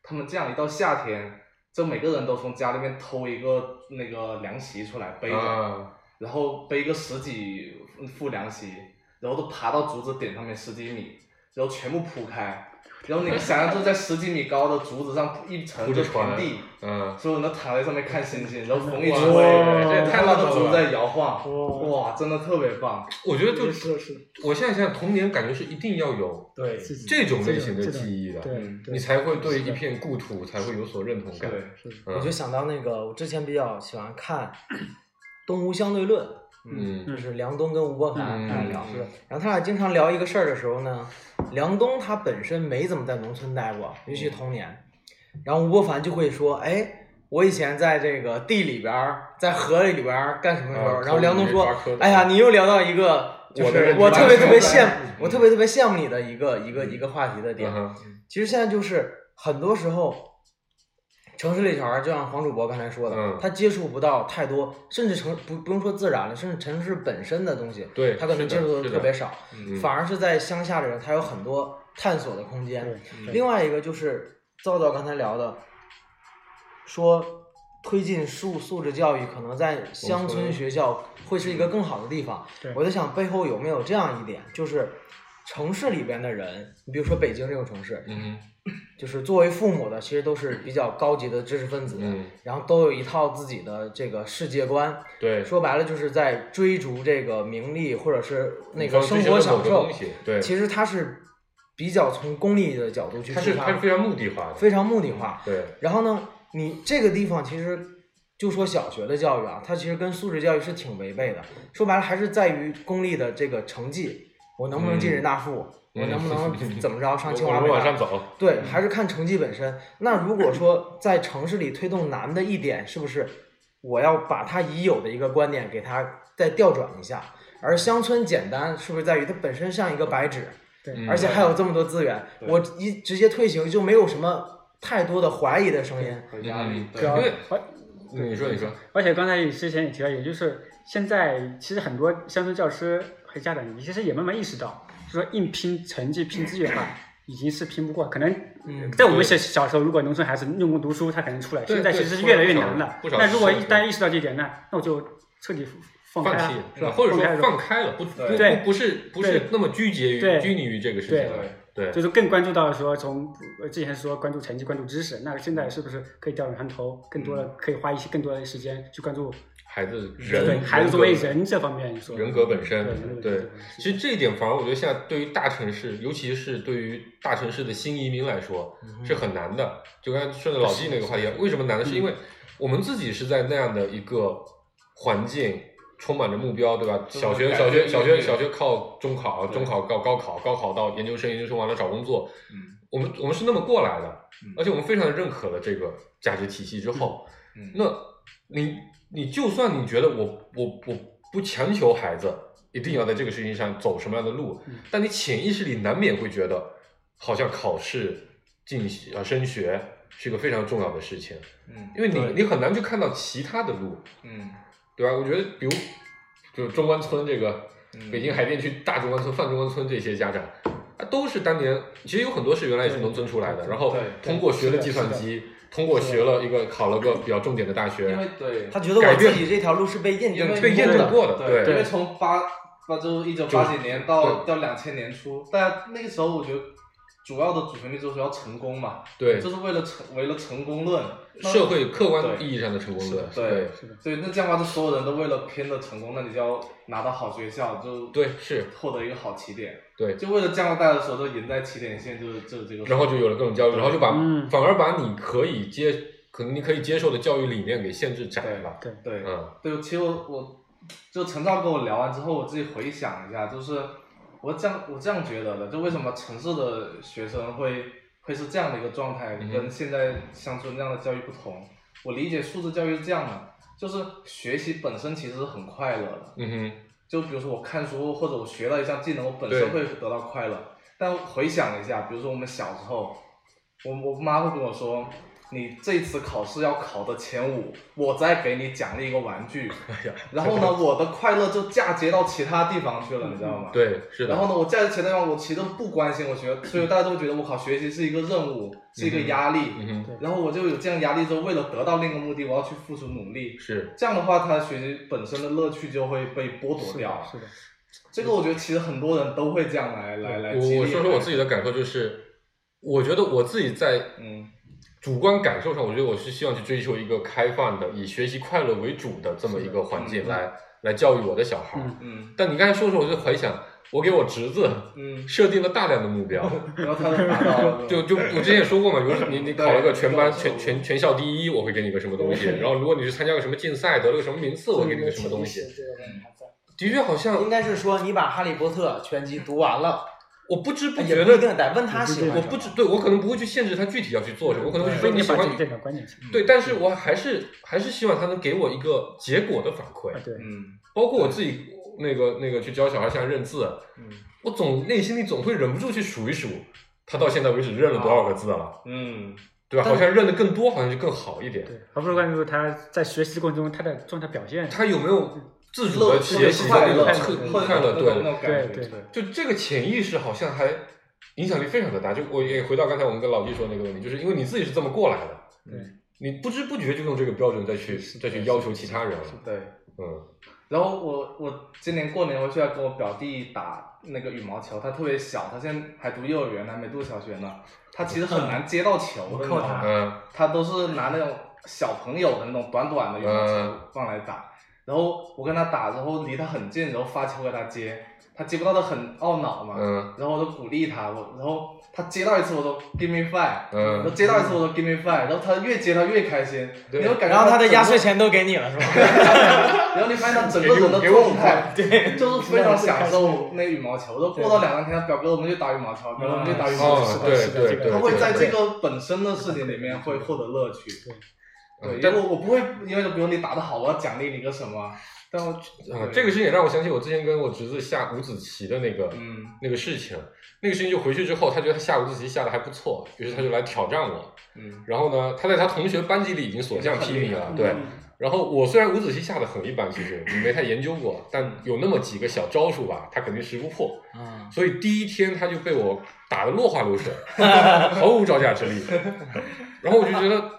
Speaker 5: 他们这样一到夏天，就每个人都从家里面偷一个那个凉席出来背
Speaker 2: 哼，
Speaker 5: 着，
Speaker 2: 啊，
Speaker 5: 然后背个十几副凉席，然后都爬到竹子顶上面十几米，然后全部铺开，然后你想象就在十几米高的竹子上一层
Speaker 2: 铺
Speaker 5: 就
Speaker 2: 着
Speaker 5: 平
Speaker 2: 船
Speaker 5: 地，
Speaker 2: 嗯，
Speaker 5: 所有人都躺在上面看星星，然后风一
Speaker 2: 哇
Speaker 5: 吹，
Speaker 2: 塞这也太
Speaker 5: 看
Speaker 2: 浪
Speaker 5: 到
Speaker 2: 漫
Speaker 5: 竹
Speaker 2: 了吧。
Speaker 5: 子在摇晃，
Speaker 4: 哇
Speaker 5: 哇，真的特别棒。
Speaker 2: 我觉得就是
Speaker 4: 是，
Speaker 2: 我现在想想，童年感觉是一定要有
Speaker 6: 对
Speaker 4: 自己
Speaker 2: 这种类型的
Speaker 4: 这种
Speaker 2: 记忆的，
Speaker 4: 对
Speaker 5: 嗯，
Speaker 4: 对
Speaker 2: 你才会对
Speaker 4: 是的
Speaker 2: 一片故土才会有所认同感。
Speaker 5: 对，
Speaker 2: 嗯
Speaker 6: 我就想到那个，我之前比较喜欢看《东吴相对论》，
Speaker 2: 嗯
Speaker 6: 就，是梁冬跟吴伯凡他俩聊。
Speaker 2: 嗯
Speaker 6: 然后他俩经常聊一个事儿的时候呢，梁冬他本身没怎么在农村待过，尤其
Speaker 2: 嗯
Speaker 6: 童年。然后吴伯凡就会说：“哎，我以前在这个地里边儿，在河里边儿干什么时候？”
Speaker 2: 啊
Speaker 6: 然后梁冬说
Speaker 2: 抠门儿挖坑：“
Speaker 6: 哎呀，你又聊到一个，就
Speaker 2: 我的
Speaker 6: 是
Speaker 2: 认知
Speaker 6: 我特别特
Speaker 2: (laughs)
Speaker 6: 别
Speaker 2: 完
Speaker 6: 羡
Speaker 2: 全
Speaker 6: 慕，我特别特别羡慕你的一个一个一个话题的点。”
Speaker 2: 嗯哼
Speaker 6: 其实现在就是很多时候，城市里小孩儿就像黄主播刚才说的，
Speaker 2: 嗯
Speaker 6: 他接触不到太多，甚至城不不用说自然了，甚至城市本身的东西，
Speaker 2: 对
Speaker 6: 他可能
Speaker 2: 是的
Speaker 6: 接触
Speaker 2: 是
Speaker 6: 的
Speaker 2: 的
Speaker 6: 特别少，
Speaker 2: 嗯
Speaker 6: 反而是在乡下的人，他有很多探索的空间。
Speaker 4: 对
Speaker 2: 嗯
Speaker 6: 另外一个就是赵赵刚才聊的，说推进素素质教育，可能在乡村学校会是一个更好的地方
Speaker 4: 嗯对。
Speaker 6: 我在想背后有没有这样一点，就是城市里边的人，你比如说北京这种城市，
Speaker 2: 嗯
Speaker 6: 就是作为父母的，其实都是比较高级的知识分子，
Speaker 2: 嗯
Speaker 6: 然后都有一套自己的这个世界观。
Speaker 2: 对，
Speaker 6: 说白了，就是在追逐这个名利，或者是那
Speaker 2: 你
Speaker 6: 个
Speaker 2: 光追
Speaker 6: 生
Speaker 2: 求了
Speaker 6: 活
Speaker 2: 某
Speaker 6: 享
Speaker 2: 个
Speaker 6: 受
Speaker 2: 东。西，对，
Speaker 6: 其实他是比较从功利的角度去
Speaker 2: 它
Speaker 6: 出
Speaker 2: 是它
Speaker 6: 发
Speaker 2: 是，非常目的化的，
Speaker 6: 非常目的化。
Speaker 2: 对，
Speaker 6: 然后呢，你这个地方其实就说小学的教育啊，它其实跟素质教育是挺违背的。说白了，还是在于功利的这个成绩。我能不能进人大附，
Speaker 2: 嗯
Speaker 6: 我能不
Speaker 2: (laughs)
Speaker 6: 能怎么着上清华
Speaker 2: 我
Speaker 6: 北
Speaker 2: 们往
Speaker 6: 大
Speaker 2: 上走，
Speaker 6: 对，还是看成绩本身。那如果说在城市里推动难的一点，是不是我要把它已有的一个观点给它再调转一下？而乡村简单是不是在于它本身像一个白纸，
Speaker 2: 嗯
Speaker 6: 而且还有这么多资源，
Speaker 5: 对
Speaker 6: 我一直接推行就没有什么太多的怀疑的声音。
Speaker 5: 有压力
Speaker 2: 嗯，
Speaker 5: 对
Speaker 4: 主要
Speaker 2: 因为
Speaker 4: 而
Speaker 2: 嗯你说你说，
Speaker 4: 而且刚才之前也提到，也就是现在其实很多乡村教师和家长其实也慢慢意识到，就说硬拼成绩、拼资源化已经是拼不过，可能
Speaker 6: 嗯
Speaker 4: 在我们
Speaker 2: 对
Speaker 4: 小小时候，如果农村孩子用功读书，他可能出来。
Speaker 2: 对
Speaker 4: 现在
Speaker 2: 对
Speaker 4: 其实是
Speaker 2: 出
Speaker 4: 越
Speaker 2: 来
Speaker 4: 来
Speaker 2: 不
Speaker 4: 越
Speaker 2: 少
Speaker 4: 难了。
Speaker 2: 不少
Speaker 4: 那如果
Speaker 2: 是
Speaker 4: 一
Speaker 2: 是
Speaker 4: 旦意识到这一点，那那我就彻底放
Speaker 2: 放
Speaker 4: 开
Speaker 2: 弃
Speaker 4: 了，是吧
Speaker 2: 或者
Speaker 4: 放开
Speaker 2: 说
Speaker 4: 了
Speaker 2: 放开了，不不
Speaker 4: 对
Speaker 2: 不不是不
Speaker 4: 对
Speaker 2: 是那么拘结于
Speaker 4: 对
Speaker 2: 拘泥于这个事
Speaker 4: 对
Speaker 2: 情了，对
Speaker 4: 就是更关注到说从呃之前说关注成绩、关注知识，那现在是不是可以调转行头，更多的
Speaker 2: 嗯
Speaker 4: 可以花一些更多的时间去关注
Speaker 2: 孩子
Speaker 4: 对
Speaker 2: 人
Speaker 4: 孩子
Speaker 2: 人
Speaker 4: 作为
Speaker 2: 格
Speaker 4: 人这方面说
Speaker 2: 人格本身
Speaker 4: 对人格
Speaker 2: 对
Speaker 4: 本身
Speaker 2: 其实这一点，反而我觉得现在对于大城市，尤其是对于大城市的新移民来说，
Speaker 4: 嗯
Speaker 2: 是很难的。就刚才顺着老纪那个话题，为什么难呢？是
Speaker 4: 嗯
Speaker 2: 因为我们自己是在那样的一个环境，充满着目标，对吧？
Speaker 5: 对
Speaker 2: 小学、
Speaker 5: 感
Speaker 2: 小学、
Speaker 5: 觉
Speaker 2: 小学、
Speaker 5: 对
Speaker 2: 小学靠中考，中考靠高考，高考到研究生，研究生完了找工作，
Speaker 5: 嗯
Speaker 2: 我们我们是那么过来的
Speaker 5: 嗯，
Speaker 2: 而且我们非常认可了这个价值体系之后，
Speaker 5: 嗯，
Speaker 2: 那你你就算你觉得我我我不强求孩子一定要在这个事情上走什么样的路，
Speaker 4: 嗯
Speaker 2: 但你潜意识里难免会觉得，好像考试进行啊升学是一个非常重要的事情，
Speaker 5: 嗯
Speaker 2: 因为你你很难去看到其他的路，
Speaker 5: 嗯
Speaker 2: 对吧？我觉得比如就是中关村这个
Speaker 5: 嗯，
Speaker 2: 北京海淀区大中关村、泛中关村这些家长，啊，都是当年其实有很多是原来也是农村出来的，然后
Speaker 5: 对
Speaker 2: 通过学了计算
Speaker 4: 是
Speaker 2: 机，通过学了一个考了个比较重点的大学
Speaker 5: 因，为对，
Speaker 6: 他觉得
Speaker 2: 改
Speaker 6: 我
Speaker 2: 变
Speaker 6: 自己这条路是被验
Speaker 5: 因
Speaker 6: 证
Speaker 5: 为
Speaker 6: 成
Speaker 2: 被验证
Speaker 6: 功的
Speaker 2: 过的，
Speaker 5: 对，因
Speaker 2: 对
Speaker 5: 为从八八就是一九八几年到到两千年初，但那个时候我觉得主要的主旋律就是要成功嘛，
Speaker 2: 对
Speaker 5: 就，是为了成为了成功论，那
Speaker 2: 社会客观
Speaker 5: 对
Speaker 2: 意义上的成功论，
Speaker 5: 对
Speaker 2: 对
Speaker 5: 对，那这样的话，就所有人都为了拼了成功，那你就要拿到好学校，就
Speaker 2: 对是，
Speaker 5: 获得一个好起点，
Speaker 2: 对，
Speaker 5: 就为了将来大家的时候都赢在起点线，就是就是这个，
Speaker 2: 然后就有了各种焦虑，然后就把
Speaker 4: 嗯
Speaker 2: 反而把你可以接可能你可以接受的教育理念给限制窄了，
Speaker 4: 对
Speaker 5: 对，
Speaker 2: 嗯
Speaker 5: 对，其实我我就陈照跟我聊完之后，我自己回想一下，就是我这样我这样觉得的，就为什么城市的学生会会是这样的一个状态，
Speaker 2: 嗯哼
Speaker 5: 跟现在乡村这样的教育不同。我理解素质教育是这样的，就是学习本身其实是很快乐的，
Speaker 2: 嗯哼。
Speaker 5: 就比如说我看书或者我学了一项技能，我本
Speaker 2: 对
Speaker 5: 身会得到快乐。但回想一下，比如说我们小时候，我我妈会跟我说，你这次考试要考的前五，我再给你奖励一个玩
Speaker 2: (laughs)
Speaker 5: 具。
Speaker 2: 哎
Speaker 5: 然后呢，我的快乐就嫁接到其他地方去了，你知道吗？。
Speaker 2: 嗯对，是的。
Speaker 5: 然后呢，我嫁接其他地方，我其实都不关心我学，所以大家都觉得我考学习是一个任务，是一个压力。
Speaker 2: 嗯哼，
Speaker 5: 然后我就有这样压力之后，为了得到另一个目的，我要去付出努力。
Speaker 2: 是，
Speaker 5: 这样的话，他学习本身的乐趣就会被剥夺
Speaker 4: 是
Speaker 5: 掉
Speaker 4: 的
Speaker 5: 了，。
Speaker 4: 是的，
Speaker 5: 这个我觉得其实很多人都会这样来来来激励。
Speaker 2: 我我说说我自己的感受，就是我觉得我自己在
Speaker 5: 嗯
Speaker 2: 主观感受上，我觉得我是希望去追求一个开放的、以学习快乐为主的这么一个环境
Speaker 5: 嗯
Speaker 2: 来、来教育我的小孩。
Speaker 4: 嗯
Speaker 5: 嗯
Speaker 2: 但你刚才说的时候，我就回想，我给我侄子
Speaker 5: 嗯，
Speaker 2: 设定了大量的目标，
Speaker 5: 然后他就达到
Speaker 2: (laughs)
Speaker 5: 了，
Speaker 2: 就就我之前也说过嘛，比如说你你
Speaker 5: 对
Speaker 2: 考了个全班
Speaker 5: 对
Speaker 2: 全全全校第一，我会给你个什么东西；然后如果你去参加个什么竞赛，得了个什么名次，我给你个什么东西。嗯
Speaker 6: 这个还在
Speaker 2: 的确，好像
Speaker 6: 应该是说你把《哈利波特》全集读完了，
Speaker 2: 我不知不
Speaker 6: 也
Speaker 2: 觉
Speaker 6: 哎不一
Speaker 2: 的
Speaker 6: 定得问他喜欢什
Speaker 2: 我
Speaker 6: 么。
Speaker 2: 不知，对我可能不会去限制他具体要去做什么，我可能会去
Speaker 4: 所
Speaker 2: 说
Speaker 4: 以
Speaker 2: 你
Speaker 4: 你
Speaker 2: 喜
Speaker 4: 把
Speaker 2: 欢
Speaker 4: 这这个关键词
Speaker 2: 对，但是我还是还是希望他能给我一个结果的反馈
Speaker 4: 啊，，对，
Speaker 5: 嗯
Speaker 2: 包括我自己那个那个去教小孩像认字，
Speaker 6: 嗯
Speaker 2: 我总内心里总会忍不住去数一数，他到现在为止认了多少个字
Speaker 4: 啊
Speaker 2: 了，
Speaker 5: 嗯
Speaker 2: 对吧？好像认的更多，好像就更好一点。
Speaker 4: 对，而不是关注他在学习的过程中他的状态表现。
Speaker 2: 他有没有自主
Speaker 5: 乐
Speaker 2: 的
Speaker 5: 趣
Speaker 2: 学习的
Speaker 5: 快
Speaker 2: 那
Speaker 5: 乐
Speaker 2: 种
Speaker 4: 快
Speaker 2: 特
Speaker 4: 乐
Speaker 2: 快乐？
Speaker 5: 对
Speaker 2: 对，
Speaker 5: 那种感觉
Speaker 4: 对对
Speaker 5: 对
Speaker 2: 就这个潜意识好像还影响力非常的大。就我也回到刚才我们跟老季说那个问题，就是因为你自己是这么过来的，
Speaker 4: 对，
Speaker 2: 你不知不觉就用这个标准再去再去要求其他人了，
Speaker 5: 对。
Speaker 2: 嗯，
Speaker 5: 然后我我今年过年回去还跟我表弟打那个羽毛球，他特别小，他现在还读幼儿园呢，还没读小学呢，他其实很难接到球的，你知道吗？
Speaker 2: 嗯
Speaker 5: 他都是拿那种小朋友的那种短短的羽毛球
Speaker 2: 嗯
Speaker 5: 棒来打。然后我跟他打，然后离他很近，然后发球给他接，他他接不到，他很懊恼嘛。
Speaker 2: 嗯
Speaker 5: 然后我就鼓励他，我然后他接到一次我都 give me five，然后
Speaker 2: 嗯，
Speaker 5: 接到一次我都 give me five，然后他越接他越开心，
Speaker 2: 对
Speaker 5: 你就感觉
Speaker 6: 然后他的
Speaker 5: 整个
Speaker 6: 压岁，钱都给你了，是吧？
Speaker 5: 然后你发现他整
Speaker 2: 给
Speaker 5: 个人
Speaker 2: 我
Speaker 5: 的
Speaker 2: 给我
Speaker 5: 状态。
Speaker 2: (laughs)
Speaker 6: 对，
Speaker 5: 就是非常享受那羽毛球。都过到两三天，他表哥我们去打羽毛球，表哥我们去打羽毛
Speaker 2: 哦
Speaker 5: 球，，
Speaker 2: 对
Speaker 4: 是的
Speaker 2: 对
Speaker 4: 这个
Speaker 2: 对，
Speaker 5: 他会在
Speaker 2: 对
Speaker 5: 这个本身的事情里面会获得乐趣。
Speaker 2: 嗯
Speaker 5: 对，
Speaker 2: 但
Speaker 5: 因为我我不会因为比如你打得好，我要奖励你一个什么，但我
Speaker 2: 啊，
Speaker 5: 对
Speaker 2: 这个事情也让我想起我之前跟我侄子下五子棋的那个、
Speaker 5: 嗯
Speaker 2: 那个事情。那个事情就回去之后，他觉得他下五子棋下的还不错，于是他就来挑战我。
Speaker 5: 嗯
Speaker 2: 然后呢，他在他同学班级里已经所向披靡了，对。然后我虽然五子棋下的很一般，其实没太研究过，但有那么几个小招数吧，他肯定识不破。
Speaker 6: 嗯，
Speaker 2: 所以第一天他就被我打得落花流水，毫无招架之力。然后我就觉得，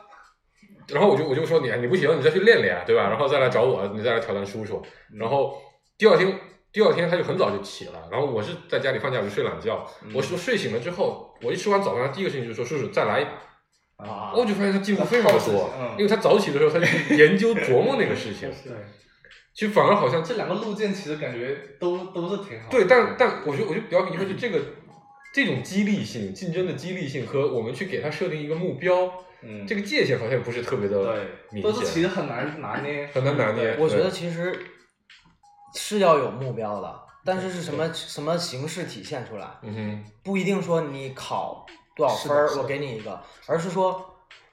Speaker 2: 然后我就我就说你你不行，你再去练练，对吧？然后再来找我，你再来挑战叔叔。然后第二天第二天他就很早就起了，然后我是在家里放假我就睡懒觉，我说睡醒了之后，我一吃完早饭，他第一个事情就是说叔叔再来一把。
Speaker 5: 啊
Speaker 2: 我就发现他进步非常的多，
Speaker 5: 嗯
Speaker 2: 因为他早起的时候他就去研究琢磨那个事情，
Speaker 5: 对，
Speaker 2: 其实反而好像
Speaker 5: 这两个路径其实感觉都都是挺好的。
Speaker 2: 对，但但我觉得我就比较疑惑，就这个这种激励性、竞争的激励性和我们去给他设定一个目标，
Speaker 5: 嗯
Speaker 2: 这个界限好像也不是特别的
Speaker 5: 对
Speaker 2: 明
Speaker 5: 都是其
Speaker 2: 显，
Speaker 5: 实很难拿捏，
Speaker 2: 很难拿捏。
Speaker 6: 我觉得
Speaker 2: 对
Speaker 6: 其实是要有目标的，但是是什么什么形式体现出来，
Speaker 2: 嗯哼，
Speaker 6: 不一定说你考多少分儿，我给你一个，而是说。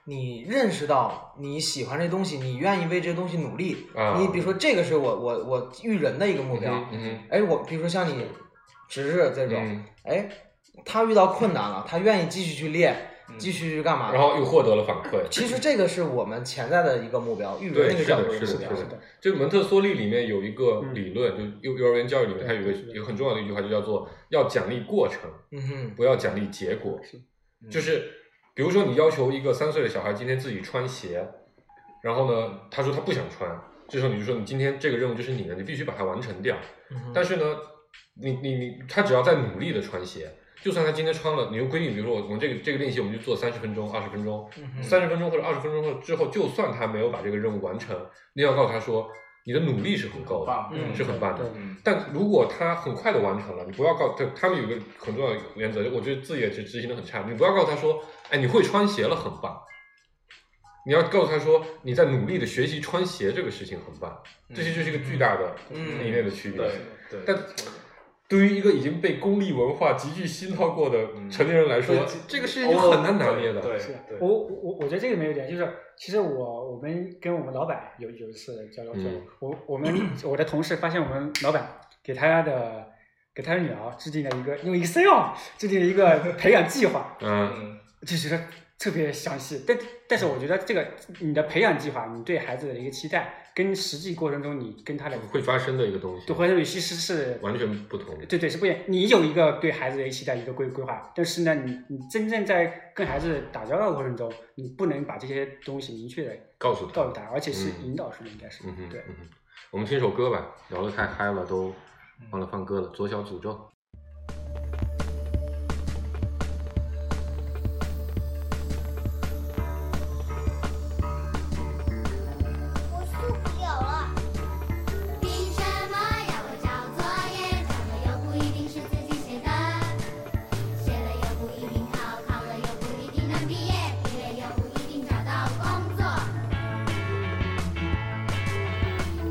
Speaker 6: 你认识到你喜欢这东西，你愿意为这东西努力。
Speaker 2: 啊
Speaker 6: 你比如说，这个是我我我育人的一个目标。
Speaker 2: 嗯
Speaker 6: 哎，我比如说像你侄子这
Speaker 2: 哼，
Speaker 6: 种，
Speaker 2: 嗯，
Speaker 6: 哎，他遇到困难了，他愿意继续去练，继续去干嘛？
Speaker 2: 嗯然后又获得了反馈。
Speaker 6: 其实这个是我们潜在的一个目标，育人
Speaker 2: 对
Speaker 6: 那个
Speaker 2: 是
Speaker 6: 角
Speaker 2: 的
Speaker 6: 度
Speaker 2: 是的
Speaker 6: 目
Speaker 2: 是
Speaker 6: 标
Speaker 2: 的。是的就蒙特梭利里面有一个
Speaker 4: 嗯
Speaker 2: 理论，就幼幼儿园教育里面，它有一个
Speaker 4: 对对对
Speaker 2: 有很重要的一句话，就叫做要奖励过程，
Speaker 6: 嗯哼，
Speaker 2: 不要奖励结果。就是比如说你要求一个三岁的小孩今天自己穿鞋，然后呢，他说他不想穿，这时候你就说你今天这个任务就是你的，你必须把它完成掉。
Speaker 6: 嗯哼
Speaker 2: 但是呢，你你你，他只要在努力的穿鞋，就算他今天穿了，你用规定，比如说我我们这个这个练习我们就做三十分钟、二十分钟，
Speaker 6: 嗯哼
Speaker 2: 三十分钟或者二十分钟后之后，就算他没有把这个任务完成，你也要告诉他说你的努力是很够的，
Speaker 5: 棒，
Speaker 6: 嗯
Speaker 2: 是很棒的
Speaker 4: 对。
Speaker 5: 嗯
Speaker 2: 但如果他很快的完成了，你不要告对他们有一个很重要的原则，我觉得自己也执执行的很差。你不要告诉他说，哎，你会穿鞋了，很棒。你要告诉他说，你在努力的学习穿鞋这个事情很棒，这些就是一个巨大的
Speaker 6: 嗯
Speaker 2: 理念的区别。
Speaker 5: 对对，
Speaker 2: 但对于一个已经被功利文化极具熏陶过的成年人来说，
Speaker 5: 对
Speaker 2: 这个事情就很难拿捏的。
Speaker 5: 对
Speaker 4: 是
Speaker 5: 对，
Speaker 4: 我我我觉得这个没有点，就是其实我我们跟我们老板有有一次交流，就
Speaker 2: 嗯
Speaker 4: 我我们我的同事发现我们老板给他的给他的女儿制定了一个用 Excel 制定了一个培养计划，
Speaker 2: 嗯，
Speaker 5: 嗯
Speaker 4: 就觉得特别详细。但但是我觉得这个你的培养计划，你对孩子的一个期待，跟实际过程中你跟他的
Speaker 2: 会发生的一个东西，
Speaker 4: 对回来其实是
Speaker 2: 完全不同。
Speaker 4: 对对是不一样。你有一个对孩子的期待，一个规规划，但是呢，你你真正在跟孩子打交道的过程中，你不能把这些东西明确的
Speaker 2: 告诉他
Speaker 4: 告诉他，而且是
Speaker 2: 嗯
Speaker 4: 引导式的，应该是、
Speaker 2: 嗯哼，
Speaker 4: 对。
Speaker 2: 嗯哼，我们听首歌吧，聊得太嗨了，都忘了放歌了。左小诅咒。
Speaker 8: 我受不啊了了。凭什么要我交作业？交了又不一定是自己写的，写了又不一定考，考了又不一定能毕业，毕业又不一定找到工作，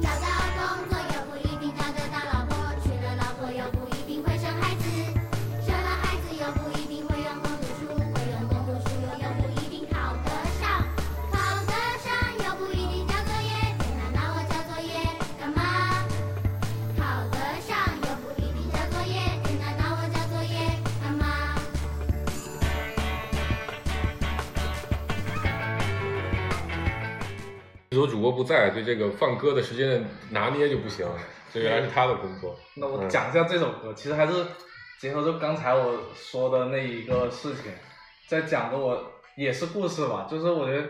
Speaker 8: 找到工作又不一定找得到老婆，娶了老婆又不一定会生孩子，生了孩子又不一定会用功读书，会用功读书又不一定考得上。考得上又不一定交作业，别老拿我交作业干嘛？考得上又不一定交作业，别老拿我交作业干嘛？
Speaker 2: 有主播不在，对这个放歌的时间的拿捏就不行了，这原来是他的工作。嗯
Speaker 5: 那我嗯讲一下这首歌，其实还是结合着刚才我说的那一个事情，在讲的我也是故事吧，就是我觉得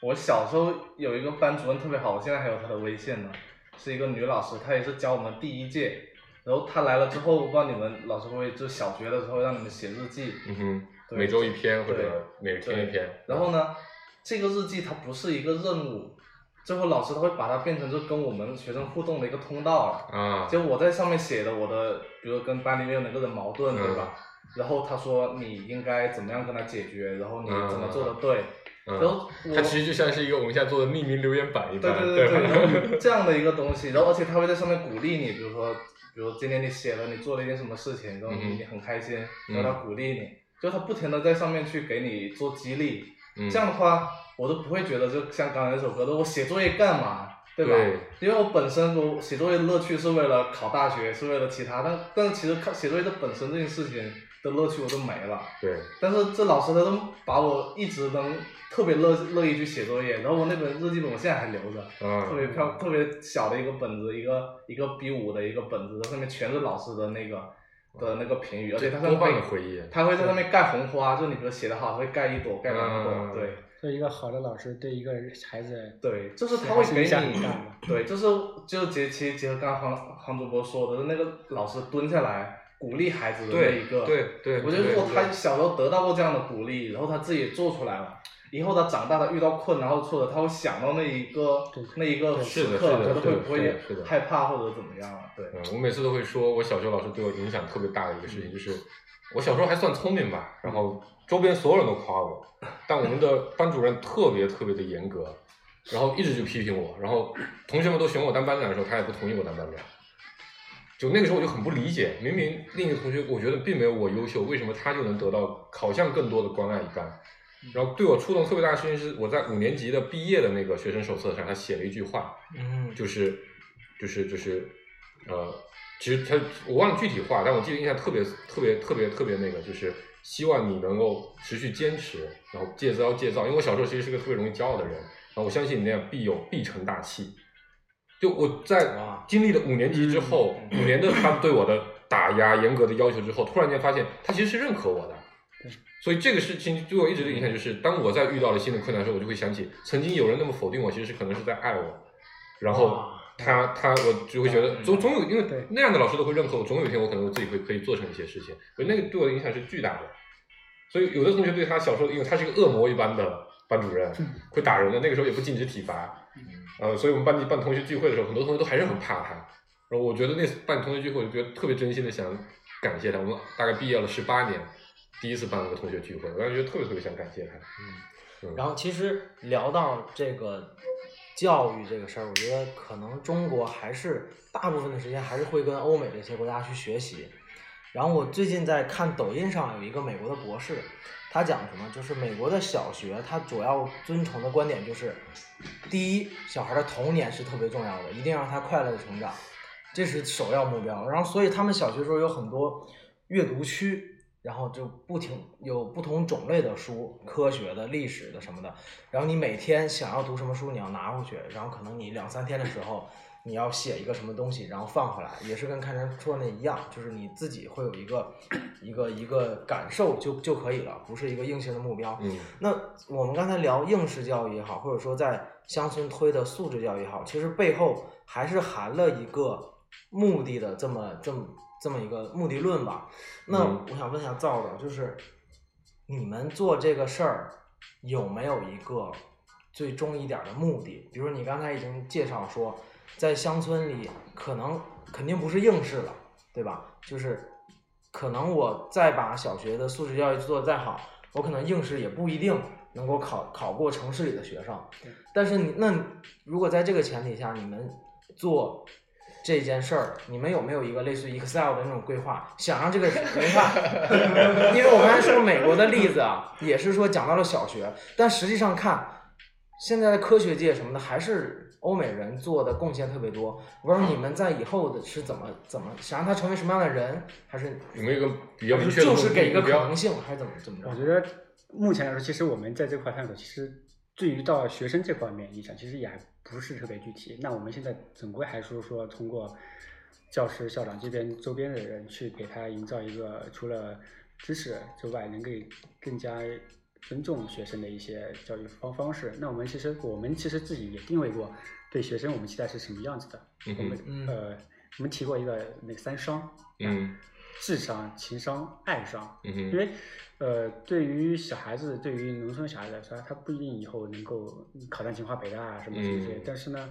Speaker 5: 我小时候有一个班主任特别好，我现在还有她的微信呢，是一个女老师，她也是教我们第一届，然后她来了之后，我不知道你们老师会不会，就小学的时候让你们写日记，
Speaker 2: 嗯哼，
Speaker 5: 对
Speaker 2: 每周一篇或
Speaker 5: 对
Speaker 2: 者每天一篇。
Speaker 5: 然后呢，这个日记它不是一个任务，最后老师他会把它变成就跟我们学生互动的一个通道了。
Speaker 2: 啊，
Speaker 5: 就我在上面写的我的，比如跟班里面有哪个人矛
Speaker 2: 嗯
Speaker 5: 盾，对吧？然后他说你应该怎么样跟他解决，然后你怎么做的对，然
Speaker 2: 嗯，
Speaker 5: 后我
Speaker 2: 它其实就像是一个我们现在做的匿名留言板一
Speaker 5: 对
Speaker 2: 般，
Speaker 5: 对对对，
Speaker 2: 吧 (laughs)
Speaker 5: 然后这样的一个东西，然后而且他会在上面鼓励你，比如说，比如今天你写了，你做了一件什么事情，然后
Speaker 2: 嗯
Speaker 5: 你
Speaker 2: 哼
Speaker 5: 你很开心，
Speaker 2: 嗯
Speaker 5: 然后他鼓励你，就他不停的在上面去给你做激励，
Speaker 2: 嗯，
Speaker 5: 这样的话，我都不会觉得就像刚才那首歌的，我写作业干嘛，对吧？
Speaker 2: 对
Speaker 5: 因为我本身我写作业的乐趣是为了考大学，是为了其他，但但是其实看写作业的本身这件事情的乐趣我都没了。
Speaker 2: 对，
Speaker 5: 但是这老师他都把我一直能特别乐乐意去写作业，然后我那本日记本我现在还留着，特
Speaker 2: 啊，
Speaker 5: 别漂特别小的一个本子，一个一个 B 五的一个本子，上面全是老师的那个的那个评语，而且
Speaker 2: 这
Speaker 5: 他上
Speaker 2: 多
Speaker 5: 面
Speaker 2: 棒的
Speaker 5: 会
Speaker 2: 回忆，
Speaker 5: 他会在上面盖红花，就你比如写的好，会盖一朵，盖两朵，
Speaker 2: 嗯
Speaker 5: 对
Speaker 4: 做一个好的老师对一个孩子
Speaker 5: 对，就是
Speaker 4: 是
Speaker 5: 他
Speaker 4: 还
Speaker 5: 会
Speaker 4: 是
Speaker 5: 给
Speaker 4: 影响很大
Speaker 5: 你
Speaker 4: 的，
Speaker 5: 对，就是就结其结合刚刚黄黄主播说的那个老师蹲下来鼓励孩子的那
Speaker 2: 对
Speaker 5: 一个，
Speaker 2: 对对，
Speaker 5: 我觉得如果
Speaker 2: 对
Speaker 5: 他小时候得到过这样的鼓励，然后他自己也做出来了，以后他长大他遇到困难或挫折，他会想到那一个
Speaker 4: 对
Speaker 5: 那一个
Speaker 4: 对
Speaker 5: 时
Speaker 2: 是的
Speaker 5: 刻，
Speaker 2: 是的
Speaker 5: 他都
Speaker 2: 是
Speaker 5: 会
Speaker 2: 的
Speaker 5: 不
Speaker 2: 是
Speaker 5: 会
Speaker 2: 的是的
Speaker 5: 害怕或者怎么样？啊对，
Speaker 2: 嗯，我每次都会说，我小学老师对我影响特别大的一个事情，就是我小时候还算聪明吧，然后周边所有人都夸我，但我们的班主任特别特别的严格，然后一直就批评我，然后同学们都选我当班长的时候，他也不同意我当班长。就那个时候我就很不理解，明明另一个同学我觉得并没有我优秀，为什么他就能得到好像更多的关爱一般？然后对我触动特别大的事情是，我在五年级的毕业的那个学生手册上，他写了一句话，
Speaker 6: 嗯，
Speaker 2: 就是就是就是呃，其实他我忘了具体话，但我记得印象特别特别特别特别那个，就是希望你能够持续坚持，然后戒骄戒躁，因为我小时候其实是个特别容易骄傲的人，然后我相信你那样必有必成大器。就我在
Speaker 6: 哇
Speaker 2: 经历了五年级之后，五
Speaker 5: 嗯
Speaker 2: 年的他对我的打压、严格的要求之后，突然间发现他其实是认可我的。所以这个事情对我一直的影响就是，当我在遇到了新的困难的时候，我就会想起曾经有人那么否定我，其实是可能是在爱我。然后
Speaker 6: 哇
Speaker 2: 他他我就会觉得
Speaker 5: 嗯
Speaker 2: 总总有因为
Speaker 4: 对
Speaker 2: 那样的老师都会认可我，总有一天我可能我自己会可以做成一些事情，所以那个对我的影响是巨大的。所以有的同学对他小时候，因为他是个恶魔一般的班主任，
Speaker 6: 嗯
Speaker 2: 会打人的，那个时候也不禁止体罚，呃，所以我们班级办同学聚会的时候，很多同学都还是很怕他。然后我觉得那次办同学聚会，我就觉得特别真心的想感谢他。我们大概毕业了十八年，第一次办了个同学聚会，我当时觉得特别特别想感谢他。
Speaker 6: 然后其实聊到这个教育这个事儿，我觉得可能中国还是大部分的时间还是会跟欧美这些国家去学习。然后我最近在看抖音上有一个美国的博士，他讲什么？就是美国的小学，他主要遵从的观点就是，第一，小孩的童年是特别重要的，一定让他快乐的成长，这是首要目标。然后，所以他们小学时候有很多阅读区，然后就不停有不同种类的书，科学的、历史的什么的。然后你每天想要读什么书，你要拿回去，然后可能你两三天的时候，你要写一个什么东西，然后放回来，也是跟看人说的那一样，就是你自己会有一个 (coughs) 一个一个感受就就可以了，不是一个硬性的目标。
Speaker 2: 嗯
Speaker 6: 那我们刚才聊应试教育也好，或者说在乡村推的素质教育也好，其实背后还是含了一个目的的这么这么这么一个目的论吧。那
Speaker 2: 嗯
Speaker 6: 我想问一下赵总，就是你们做这个事儿有没有一个最终一点儿的目的？比如你刚才已经介绍说，在乡村里可能肯定不是应试了，对吧？就是可能我再把小学的素质教育做得再好，我可能应试也不一定能够考考过城市里的学生。但是你那你如果在这个前提下，你们做这件事儿，你们有没有一个类似于 Excel 的那种规划，想让这个规划？ (laughs) 因为我刚才说美国的例子啊，也是说讲到了小学，但实际上看现在的科学界什么的，还是欧美人做的贡献特别多。我不知道你们在以后的是怎么怎么想让他成为什么样的人，还是
Speaker 2: 有没有一个比较明确的
Speaker 6: 就是给一个
Speaker 2: 目
Speaker 6: 可
Speaker 2: 标
Speaker 6: 能性，还是怎么怎么着
Speaker 4: 我？觉得目前来说，其实我们在这块探索，其实对于到学生这方面影响，其实也还不是特别具体。那我们现在总归还是说通过教师、校长这边周边的人去给他营造一个除了知识之外，能给更加。尊重学生的一些教育方方式，那我们其实我们其实自己也定位过，对学生我们期待是什么样子的。
Speaker 2: 嗯
Speaker 4: 我们
Speaker 2: 哼
Speaker 6: 嗯
Speaker 4: 呃，我们提过一个那个三商，
Speaker 2: 嗯
Speaker 4: 智商、情商、爱商。
Speaker 2: 嗯
Speaker 4: 因
Speaker 2: 哼，
Speaker 4: 为，呃，对于小孩子，对于农村小孩子来说，他不一定以后能够考上清华北大啊什么这些，
Speaker 2: 嗯
Speaker 4: 但是呢，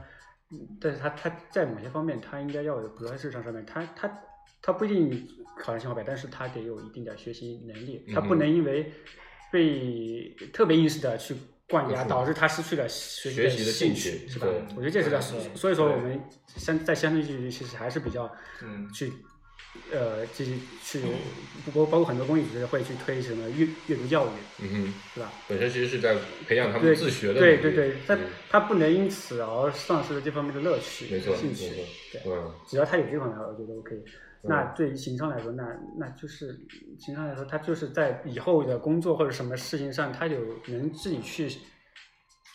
Speaker 4: 嗯但是他他在某些方面，他应该要有，比如说智商上面，他他他不一定考上清华北大，但是他得有一定的学习能力，他不
Speaker 2: 嗯
Speaker 4: 能因为被特别应试的去灌压，
Speaker 2: 嗯
Speaker 4: 导致他失去了学
Speaker 2: 学习的兴
Speaker 4: 兴
Speaker 2: 趣
Speaker 4: 是吧
Speaker 2: 对？
Speaker 4: 我觉得这是个，
Speaker 5: 对
Speaker 4: 所以说我们乡在乡村教育其实还是比较
Speaker 5: 嗯
Speaker 4: 去呃，这些去包包括很多公益组织会去推什么阅阅读教育，
Speaker 2: 嗯哼，
Speaker 4: 是吧？
Speaker 2: 本身其实是在培养他们
Speaker 4: 对
Speaker 2: 自学的能
Speaker 4: 对
Speaker 2: 力
Speaker 4: 对对，他
Speaker 2: 嗯
Speaker 4: 他不能因此而丧失了这方面的乐趣、
Speaker 2: 没错
Speaker 4: 兴趣
Speaker 2: 没错。
Speaker 4: 对，
Speaker 2: 嗯
Speaker 4: 只要他有这方面，我觉得 OK。那对于情商来说，那那就是情商来说，他就是在以后的工作或者什么事情上，他有能自己去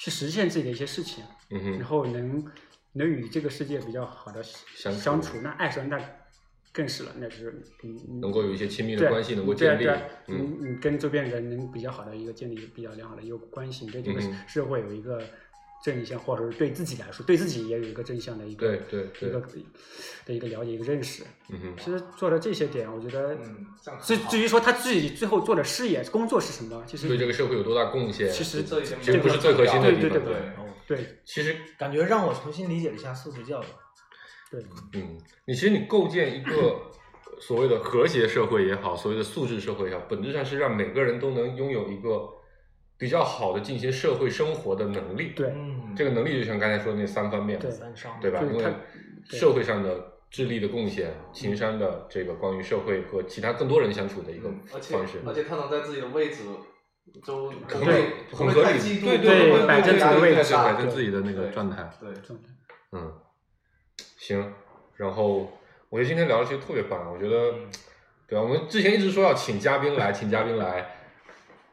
Speaker 4: 去实现自己的一些事情，
Speaker 2: 嗯哼
Speaker 4: 然，后能能与这个世界比较好的
Speaker 2: 相处
Speaker 4: 相处，那爱上那更是了，那就是嗯你你
Speaker 2: 能够有一些亲密
Speaker 4: 对
Speaker 2: 的关系能够建立
Speaker 4: 对啊对啊
Speaker 2: 嗯
Speaker 4: 你你跟周边人能比较好的一个建立比较良好的一个关系，你对这个
Speaker 2: 嗯
Speaker 4: 社会有一个正向，或者是对自己来说，对自己也有一个正向的一个
Speaker 2: 对对
Speaker 4: 一
Speaker 2: 对
Speaker 4: 个，的一个了解、一个认识。
Speaker 2: 嗯哼，
Speaker 4: 其实做到这些点，我觉得，
Speaker 5: 嗯，这样
Speaker 4: 至
Speaker 5: 很好
Speaker 4: 至于说他自己最后做的事业、工作是什么，其实
Speaker 2: 对这个社会有多大贡献？
Speaker 4: 其实
Speaker 5: 这已经
Speaker 2: 其实不是最核心的
Speaker 4: 对
Speaker 2: 地
Speaker 4: 对对
Speaker 2: 方。
Speaker 4: 对
Speaker 5: 对
Speaker 4: 对
Speaker 2: 其实
Speaker 6: 感觉让我重新理解了一下素质教育。
Speaker 4: 对
Speaker 2: 嗯，你其实你构建一个所谓的和谐社会也好，所谓的素质社会也好，本质上是让每个人都能拥有一个比较好的进行社会生活的能力。，
Speaker 4: 对
Speaker 6: 嗯，
Speaker 2: 这个能力就像刚才说的那三方面，
Speaker 4: 对
Speaker 6: 三商
Speaker 2: 对吧？
Speaker 4: 就是
Speaker 2: 因
Speaker 4: 它
Speaker 2: 为
Speaker 4: 对
Speaker 2: 社会上的智力的贡献，情商的这个关于社会和其他更多人相处的一个
Speaker 5: 嗯而且
Speaker 2: 方式，
Speaker 5: 而且他能在自己的位置就
Speaker 2: 很
Speaker 5: 不
Speaker 2: 合
Speaker 5: 会不
Speaker 2: 很
Speaker 5: 会
Speaker 2: 合
Speaker 5: 太
Speaker 2: 理，
Speaker 5: 嫉妒
Speaker 2: 对
Speaker 5: 不
Speaker 4: 对
Speaker 5: 会
Speaker 2: 对，
Speaker 5: 太
Speaker 4: 摆正自己
Speaker 5: 压
Speaker 4: 的
Speaker 5: 力
Speaker 4: 位
Speaker 5: 太
Speaker 4: 置
Speaker 5: 大
Speaker 2: 摆正自己的那个
Speaker 5: 对
Speaker 2: 状态。
Speaker 5: 对，
Speaker 4: 状态
Speaker 2: 嗯，行，然后我觉得今天聊的其实特别棒，我觉得，
Speaker 6: 嗯
Speaker 2: 对啊，我们之前一直说要请嘉宾来，请嘉宾来，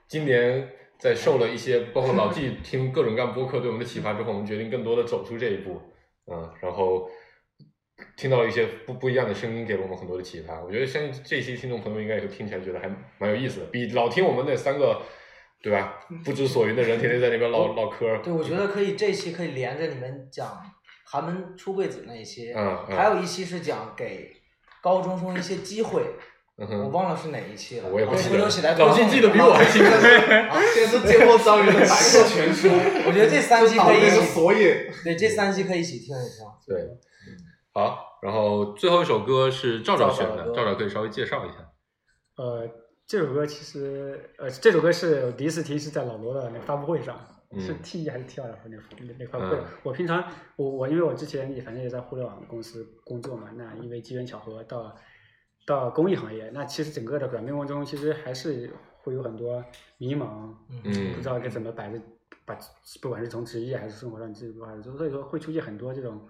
Speaker 2: 今年在受了一些包括老
Speaker 6: (laughs)
Speaker 2: 纪听各种各样播客对我们的启发之后，我们决定更多的走出这一步，嗯，然后听到了一些不不一样的声音，给了我们很多的启发。我觉得相信这期听众朋友应该也会听起来觉得还蛮有意思的，比老听我们那三个。对吧？不知所云的人天天在那边唠唠嗑儿。
Speaker 6: 对，嗯我觉得可以，这一期可以连着你们讲寒门出贵子那一期，
Speaker 2: 嗯嗯
Speaker 6: 还有一期是讲给高中生一些机会，
Speaker 2: 嗯
Speaker 6: 我
Speaker 2: 哼，
Speaker 6: 忘了是哪一期了，啊
Speaker 2: 我也不记得
Speaker 6: 回头起来
Speaker 2: 老纪记得比我还清 (laughs) 楚
Speaker 6: 啊
Speaker 5: 现在是接过章鱼的百
Speaker 6: (laughs)
Speaker 5: 科全书，
Speaker 6: 我觉得这三期可以
Speaker 5: 这脑袋是索引，
Speaker 6: 对，这三期可以一起听一听。
Speaker 2: 对，好，然后最后一首歌是赵赵选
Speaker 6: 赵赵
Speaker 2: 的，
Speaker 6: 歌
Speaker 2: 赵赵可以稍微介绍一下。
Speaker 4: 呃，这首歌其实呃，这首歌是我第一次听是在老罗的那个发布会上，
Speaker 2: 嗯
Speaker 4: 是 T E 一还是 T 二来那那那块
Speaker 2: 嗯
Speaker 4: 会。我平常我我因为我之前也反正也在互联网公司工作嘛，那因为机缘巧合到到公益行业，那其实整个的转变过程中，其实还是会有很多迷茫，
Speaker 2: 嗯
Speaker 4: 不知道该怎么摆着。把不管是从职业还是生活上，这块，所以说会出现很多这种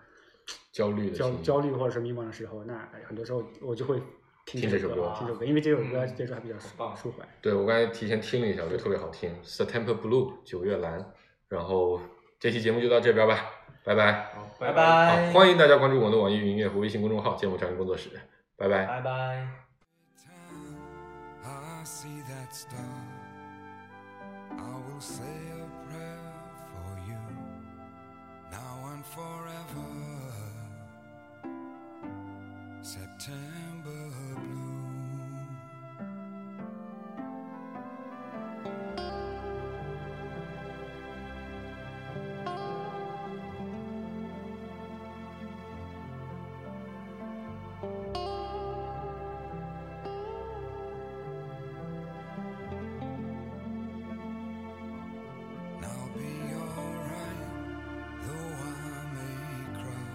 Speaker 2: 焦虑的
Speaker 4: 焦
Speaker 2: 情绪
Speaker 4: 焦虑或者是迷茫的时候，那哎很多时候我就会听
Speaker 2: 听
Speaker 4: 这
Speaker 2: 这首歌
Speaker 4: 听这首歌，因为这首歌
Speaker 5: 嗯
Speaker 4: 接触还比较舒
Speaker 5: 棒
Speaker 4: 舒缓。
Speaker 2: 对我刚才提前听了一下，我觉得特别好听，《September Blue》九月蓝。然后这期节目就到这边吧，拜拜。
Speaker 5: 好
Speaker 6: 拜
Speaker 2: 好，欢迎大家关注我们的网易云音乐和微信公众号“节目张云工作室”，拜拜。
Speaker 6: 拜拜。
Speaker 7: time I see that star, I will say a prayer for you now and forever. September blue. And I'll be alright, though I may cry.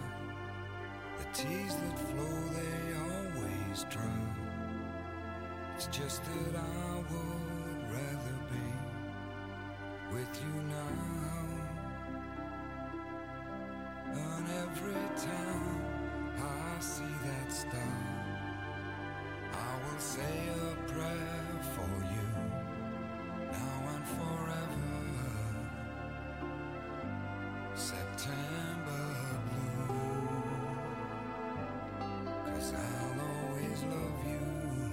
Speaker 7: The tears that flow, they always dry. It's just that I would rather be with you now. And every time I see that star, I will say a prayer for you now and forever. September blue. Cause I'll always love you.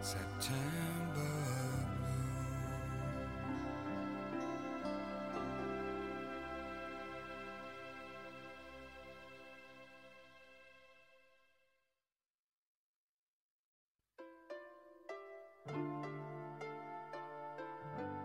Speaker 7: September